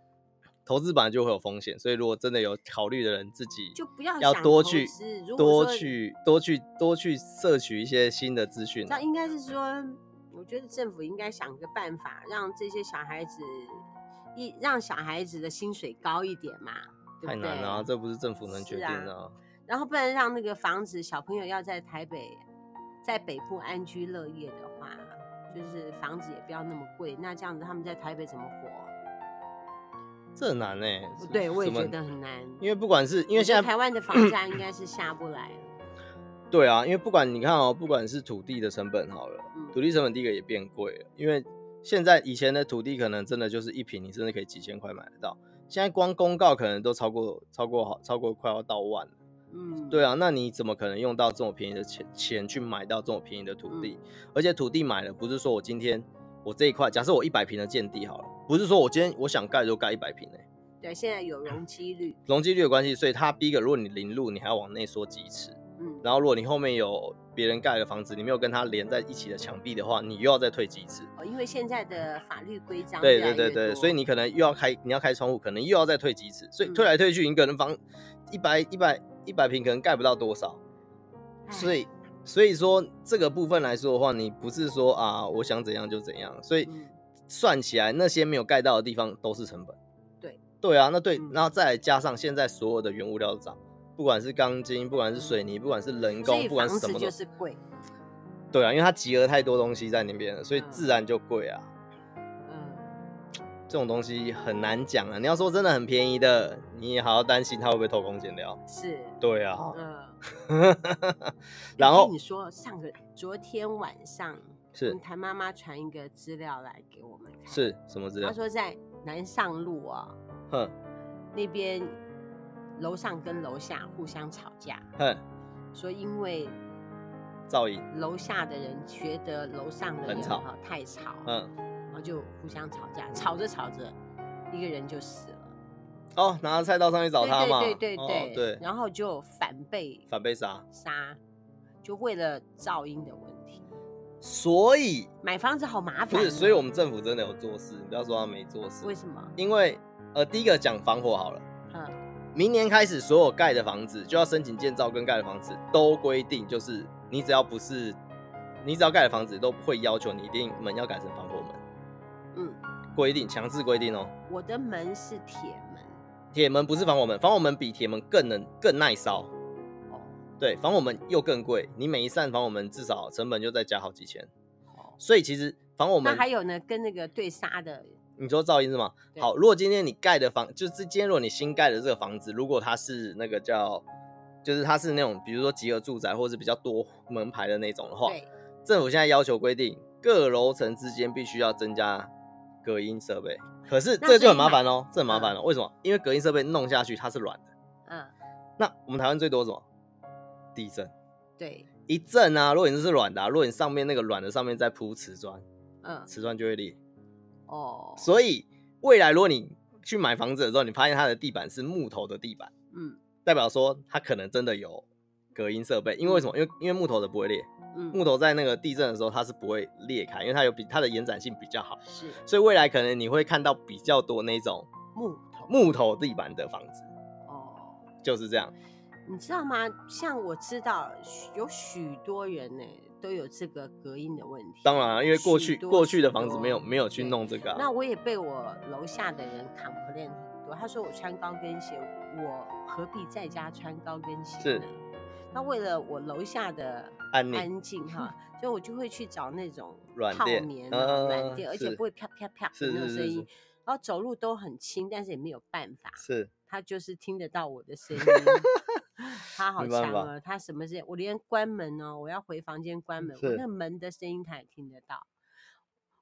[SPEAKER 2] 投资本来就会有风险，所以如果真的有考虑的人，自己
[SPEAKER 1] 就不要
[SPEAKER 2] 要
[SPEAKER 1] 想
[SPEAKER 2] 多
[SPEAKER 1] 投
[SPEAKER 2] 去
[SPEAKER 1] 资如果
[SPEAKER 2] 多
[SPEAKER 1] 说
[SPEAKER 2] 去多去多去摄取一些新的资讯啊、
[SPEAKER 1] 那应该是说，我觉得政府应该想个办法，让这些小孩子一让小孩子的薪水高一点嘛，对不
[SPEAKER 2] 太难了啊、
[SPEAKER 1] 对
[SPEAKER 2] 这不是政府能决
[SPEAKER 1] 是
[SPEAKER 2] 定
[SPEAKER 1] 啊
[SPEAKER 2] 的、
[SPEAKER 1] 然后不然让那个房子小朋友要在台北，在北部安居乐业的话，就是房子也不要那么贵。那这样子他们在台北怎么活？
[SPEAKER 2] 这很难呢、欸。
[SPEAKER 1] 对，我也
[SPEAKER 2] 怎么
[SPEAKER 1] 觉得很难。
[SPEAKER 2] 因为不管是因为
[SPEAKER 1] 我觉
[SPEAKER 2] 现
[SPEAKER 1] 得
[SPEAKER 2] 在
[SPEAKER 1] 台湾的房价应该是下不来了。
[SPEAKER 2] 对啊，因为不管你看哦，不管是土地的成本好了，
[SPEAKER 1] 嗯
[SPEAKER 2] 土地成本第一个也变贵了，因为现在以前的土地可能真的就是一平，你甚至可以几千块买得到，现在光公告可能都超过超过好超过快要到万了。
[SPEAKER 1] 嗯，
[SPEAKER 2] 对啊，那你怎么可能用到这么便宜的钱钱去买到这么便宜的土地？而且土地买了，不是说我今天我这一块，假设我一百平的建地好了，不是说我今天我想盖就盖一百平诶，
[SPEAKER 1] 对，现在有容积率，
[SPEAKER 2] 容积率的关系，所以它第一个，如果你零路，你还要往内缩几尺，
[SPEAKER 1] 嗯，
[SPEAKER 2] 然后如果你后面有别人盖的房子，你没有跟它连在一起的墙壁的话，你又要再退几尺。
[SPEAKER 1] 哦因为现在的法律规章
[SPEAKER 2] 对
[SPEAKER 1] 越来
[SPEAKER 2] 对对
[SPEAKER 1] 越
[SPEAKER 2] 对，
[SPEAKER 1] 多
[SPEAKER 2] 所以你可能又要开，你要开窗户，可能又要再退几尺，所以
[SPEAKER 1] 嗯
[SPEAKER 2] 退来退去，你可能房一百一百一百平可能盖不到多少，
[SPEAKER 1] 哎
[SPEAKER 2] 所以所以说这个部分来说的话，你不是说啊我想怎样就怎样，所以
[SPEAKER 1] 嗯
[SPEAKER 2] 算起来那些没有盖到的地方都是成本。
[SPEAKER 1] 对
[SPEAKER 2] 对啊，那对
[SPEAKER 1] 嗯，
[SPEAKER 2] 然后再来加上现在所有的原物料都涨，不管是钢筋，不管是水泥，不管是人
[SPEAKER 1] 所
[SPEAKER 2] 工，
[SPEAKER 1] 以
[SPEAKER 2] 不管
[SPEAKER 1] 房
[SPEAKER 2] 是什
[SPEAKER 1] 子
[SPEAKER 2] 么
[SPEAKER 1] 就
[SPEAKER 2] 都
[SPEAKER 1] 是贵，
[SPEAKER 2] 对啊，因为它集合太多东西在那边了，所以自然就贵啊。
[SPEAKER 1] 嗯，
[SPEAKER 2] 这种东西很难讲啊。你要说真的很便宜的，你也好好担心它会不会偷工减料。
[SPEAKER 1] 是，
[SPEAKER 2] 对啊，
[SPEAKER 1] 嗯。
[SPEAKER 2] 然
[SPEAKER 1] 我跟
[SPEAKER 2] 后
[SPEAKER 1] 你说，上个昨天晚上，
[SPEAKER 2] 是
[SPEAKER 1] 嗯谭妈妈传一个资料来给我们看，，
[SPEAKER 2] 是什么资
[SPEAKER 1] 她
[SPEAKER 2] 料？
[SPEAKER 1] 说在南上路啊、
[SPEAKER 2] 哼
[SPEAKER 1] 那边，楼上跟楼下互相吵架，
[SPEAKER 2] 哼，
[SPEAKER 1] 说因为
[SPEAKER 2] 噪音，
[SPEAKER 1] 楼下的人觉得楼上的
[SPEAKER 2] 很
[SPEAKER 1] 人
[SPEAKER 2] 吵
[SPEAKER 1] 哈太吵，
[SPEAKER 2] 嗯，
[SPEAKER 1] 然后就互相吵架，吵着吵着，一个人就死了。
[SPEAKER 2] 哦，拿着菜刀上去找他嘛，
[SPEAKER 1] 对对对
[SPEAKER 2] 哦
[SPEAKER 1] 对、
[SPEAKER 2] 对，
[SPEAKER 1] 然后就反被
[SPEAKER 2] 反被杀。
[SPEAKER 1] 杀，就为了噪音的问题，
[SPEAKER 2] 所以
[SPEAKER 1] 买房子好麻
[SPEAKER 2] 不
[SPEAKER 1] 烦哦。
[SPEAKER 2] 是，所以我们政府真的有做事，你不要说他没做事
[SPEAKER 1] 为，什么？
[SPEAKER 2] 因为呃，第一个讲防火好了。
[SPEAKER 1] 嗯，
[SPEAKER 2] 明年开始，所有盖的房子就要申请建造跟盖的房子都规定，就是你只要不是，你只要盖的房子都会要求你一定门要改成防火门，
[SPEAKER 1] 嗯，
[SPEAKER 2] 规定强制规定哦。
[SPEAKER 1] 我的门是铁门
[SPEAKER 2] 铁门不是防火门，防火门比铁门更能更耐烧，
[SPEAKER 1] 哦
[SPEAKER 2] 对，防火门又更贵，你每一扇防火门至少成本就再加好几千，
[SPEAKER 1] 哦，
[SPEAKER 2] 所以其实防火
[SPEAKER 1] 那
[SPEAKER 2] 门
[SPEAKER 1] 还有呢，跟那个对杀的，
[SPEAKER 2] 你说噪音是吗？
[SPEAKER 1] 对
[SPEAKER 2] 好，如果今天你盖的房，就是今天如果你新盖的这个房子，如果它是那个叫，就是它是那种比如说集合住宅或者比较多门牌的那种的话，
[SPEAKER 1] 对，
[SPEAKER 2] 政府现在要求规定各楼层之间必须要增加隔音设备。可是
[SPEAKER 1] 那
[SPEAKER 2] 这个
[SPEAKER 1] 所以嗯
[SPEAKER 2] 就很麻
[SPEAKER 1] 买
[SPEAKER 2] 烦哦，这很麻烦哦。为什么？因为隔音设备弄下去它是软的。
[SPEAKER 1] 嗯，
[SPEAKER 2] 那我们台湾最多什么？地震。
[SPEAKER 1] 对，
[SPEAKER 2] 一震啊，如果你是软的、啊，如果你上面那个软的上面再铺瓷砖，
[SPEAKER 1] 嗯，
[SPEAKER 2] 瓷砖就会裂。
[SPEAKER 1] 哦，
[SPEAKER 2] 所以未来如果你去买房子的时候，你发现它的地板是木头的地板，
[SPEAKER 1] 嗯
[SPEAKER 2] 代表说它可能真的有隔音设备。因为为什么？因为因为木头的不会裂，木
[SPEAKER 1] 嗯，
[SPEAKER 2] 头在那个地震的时候它是不会裂开，因为它有比它的延展性比较好。
[SPEAKER 1] 是
[SPEAKER 2] 所以未来可能你会看到比较多那种
[SPEAKER 1] 木头，
[SPEAKER 2] 木头地板的房子，
[SPEAKER 1] 哦。
[SPEAKER 2] 就是这样。
[SPEAKER 1] 你知道吗？像我知道许有许多人呢、都有这个隔音的问题。
[SPEAKER 2] 当然、啊，因为过
[SPEAKER 1] 许
[SPEAKER 2] 去
[SPEAKER 1] 多
[SPEAKER 2] 过去的
[SPEAKER 1] 许
[SPEAKER 2] 房子
[SPEAKER 1] 多
[SPEAKER 2] 没有没有去
[SPEAKER 1] 对
[SPEAKER 2] 弄这个、
[SPEAKER 1] 那
[SPEAKER 2] 啊，
[SPEAKER 1] 我也被我楼下的人 complain 很多，他说我穿高跟鞋，我何必在家穿高跟鞋
[SPEAKER 2] 是
[SPEAKER 1] 呢？那为了我楼下的
[SPEAKER 2] 安宁
[SPEAKER 1] 安静 哈，所以我就会去找那种
[SPEAKER 2] 软
[SPEAKER 1] 泡
[SPEAKER 2] 垫
[SPEAKER 1] 棉啊、软
[SPEAKER 2] 嗯
[SPEAKER 1] 垫，而且
[SPEAKER 2] 是
[SPEAKER 1] 不会啪啪啪的
[SPEAKER 2] 是
[SPEAKER 1] 那种
[SPEAKER 2] 是
[SPEAKER 1] 声
[SPEAKER 2] 是
[SPEAKER 1] 音
[SPEAKER 2] 是，
[SPEAKER 1] 然后走路都很轻，但是也没有办法，
[SPEAKER 2] 是
[SPEAKER 1] 他就是听得到我的声 音。他好
[SPEAKER 2] 没办
[SPEAKER 1] 强
[SPEAKER 2] 法
[SPEAKER 1] 哦，他什么声音？我连关门哦，我要回房间关门，我
[SPEAKER 2] 嗯是
[SPEAKER 1] 那门的声音他也听得到，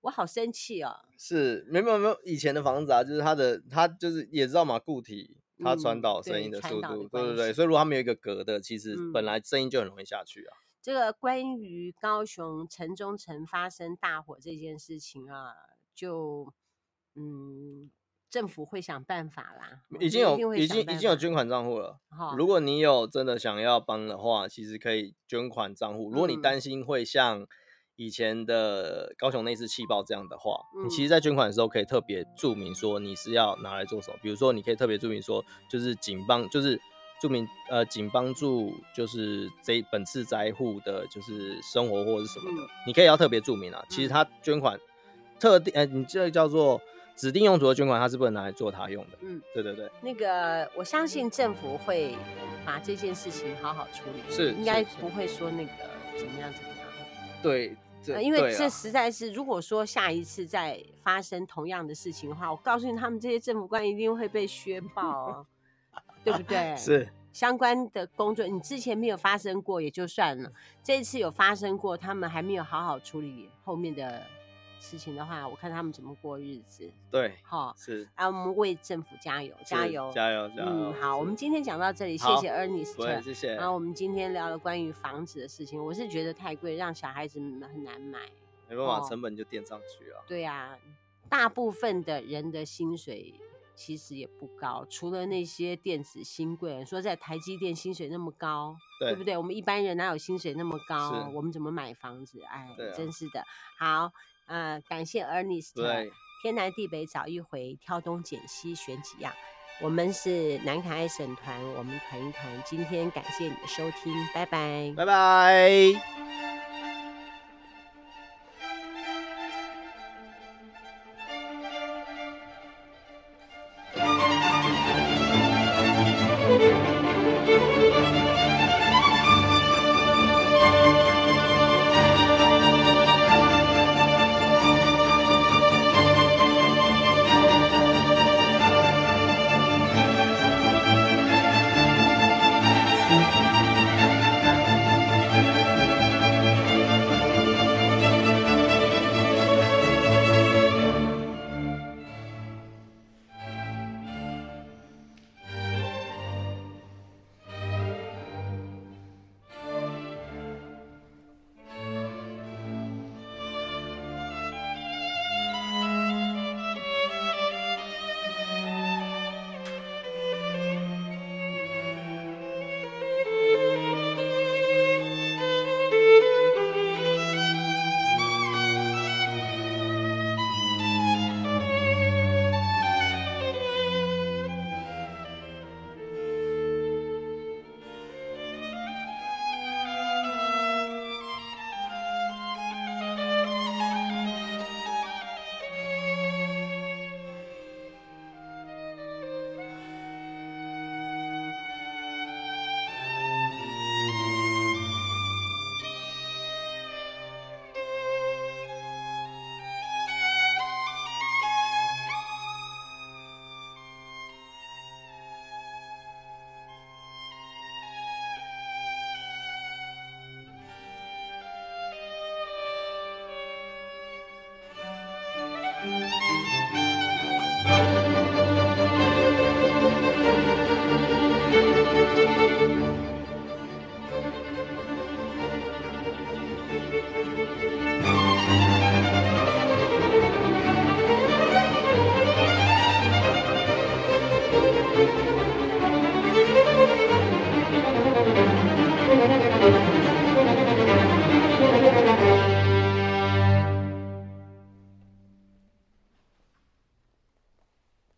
[SPEAKER 1] 我好生气哦。
[SPEAKER 2] 是，没有没有没有以前的房子啊，就是它的它就是也知道嘛，固体它传
[SPEAKER 1] 嗯
[SPEAKER 2] 导
[SPEAKER 1] 对
[SPEAKER 2] 声音的
[SPEAKER 1] 传
[SPEAKER 2] 速
[SPEAKER 1] 导的
[SPEAKER 2] 度，对
[SPEAKER 1] 关
[SPEAKER 2] 对对，
[SPEAKER 1] 系
[SPEAKER 2] 所以如果它们有一个隔的，其实
[SPEAKER 1] 嗯哦
[SPEAKER 2] 本来声音就很容易下去啊。
[SPEAKER 1] 这个关于高雄城中城发生大火这件事情啊，就嗯，政府会想办法啦。我
[SPEAKER 2] 已
[SPEAKER 1] 觉
[SPEAKER 2] 经
[SPEAKER 1] 得一定
[SPEAKER 2] 有
[SPEAKER 1] 会
[SPEAKER 2] 已
[SPEAKER 1] 想
[SPEAKER 2] 经已
[SPEAKER 1] 办
[SPEAKER 2] 经有
[SPEAKER 1] 法
[SPEAKER 2] 捐款账户了。
[SPEAKER 1] 哈，
[SPEAKER 2] 如果你有真的想要帮的话，其实可以捐款账户。如果你
[SPEAKER 1] 嗯
[SPEAKER 2] 担心会像以前的高雄那次气爆这样的话，你
[SPEAKER 1] 嗯
[SPEAKER 2] 其实，在捐款的时候可以特别注明说你是要拿来做什么。比如说，你可以特别注明说，就是仅帮，就是注明呃，仅帮助就是这本次灾户的，就是生活或者是什么的，
[SPEAKER 1] 嗯
[SPEAKER 2] 你可以要特别注明啊。其实
[SPEAKER 1] 嗯
[SPEAKER 2] 它捐款特定，呃，你这个叫做指定用途的捐款，它是不能拿来做它用的。
[SPEAKER 1] 嗯，
[SPEAKER 2] 对对对，
[SPEAKER 1] 那个我相信政府会把这件事情好好处理，
[SPEAKER 2] 是
[SPEAKER 1] 应
[SPEAKER 2] 是
[SPEAKER 1] 该
[SPEAKER 2] 是
[SPEAKER 1] 不会说那个怎么样怎么样。
[SPEAKER 2] 对，啊
[SPEAKER 1] 呃因为这实在是，如果说下一次再发生同样的事情的话，我告诉你，他们这些政府官一定会被削爆哦，对不对？
[SPEAKER 2] 是
[SPEAKER 1] 相关的工作，你之前没有发生过也就算了，这一次有发生过，他们还没有好好处理后面的事情的话，我看他们怎么过日子。
[SPEAKER 2] 对，
[SPEAKER 1] 哈，
[SPEAKER 2] 是
[SPEAKER 1] 啊，我们为政府加油，加
[SPEAKER 2] 是
[SPEAKER 1] 油，
[SPEAKER 2] 加油加油！
[SPEAKER 1] 嗯，好，我们今天讲到这里，谢
[SPEAKER 2] 好
[SPEAKER 1] 谢 Ernest。
[SPEAKER 2] 不会，谢谢。
[SPEAKER 1] 然后我们今天聊了关于房子的事情，我是觉得太贵，让小孩子们很难买。
[SPEAKER 2] 没办法，
[SPEAKER 1] 哦
[SPEAKER 2] 成本就垫上去了。
[SPEAKER 1] 对啊，大部分的人的薪水其实也不高，除了那些电子新贵人说在台积电薪水那么高，
[SPEAKER 2] 对
[SPEAKER 1] 不对？我们一般人哪有薪水那么高？
[SPEAKER 2] 是
[SPEAKER 1] 我们怎么买房子？哎，
[SPEAKER 2] 对啊
[SPEAKER 1] 真是的。好，呃，感谢 Ernest，
[SPEAKER 2] 对，
[SPEAKER 1] 天南地北找一回，挑东拣西选几样。我们是南凯爱省团，我们团一团。今天感谢你的收听，拜拜。
[SPEAKER 2] 拜拜。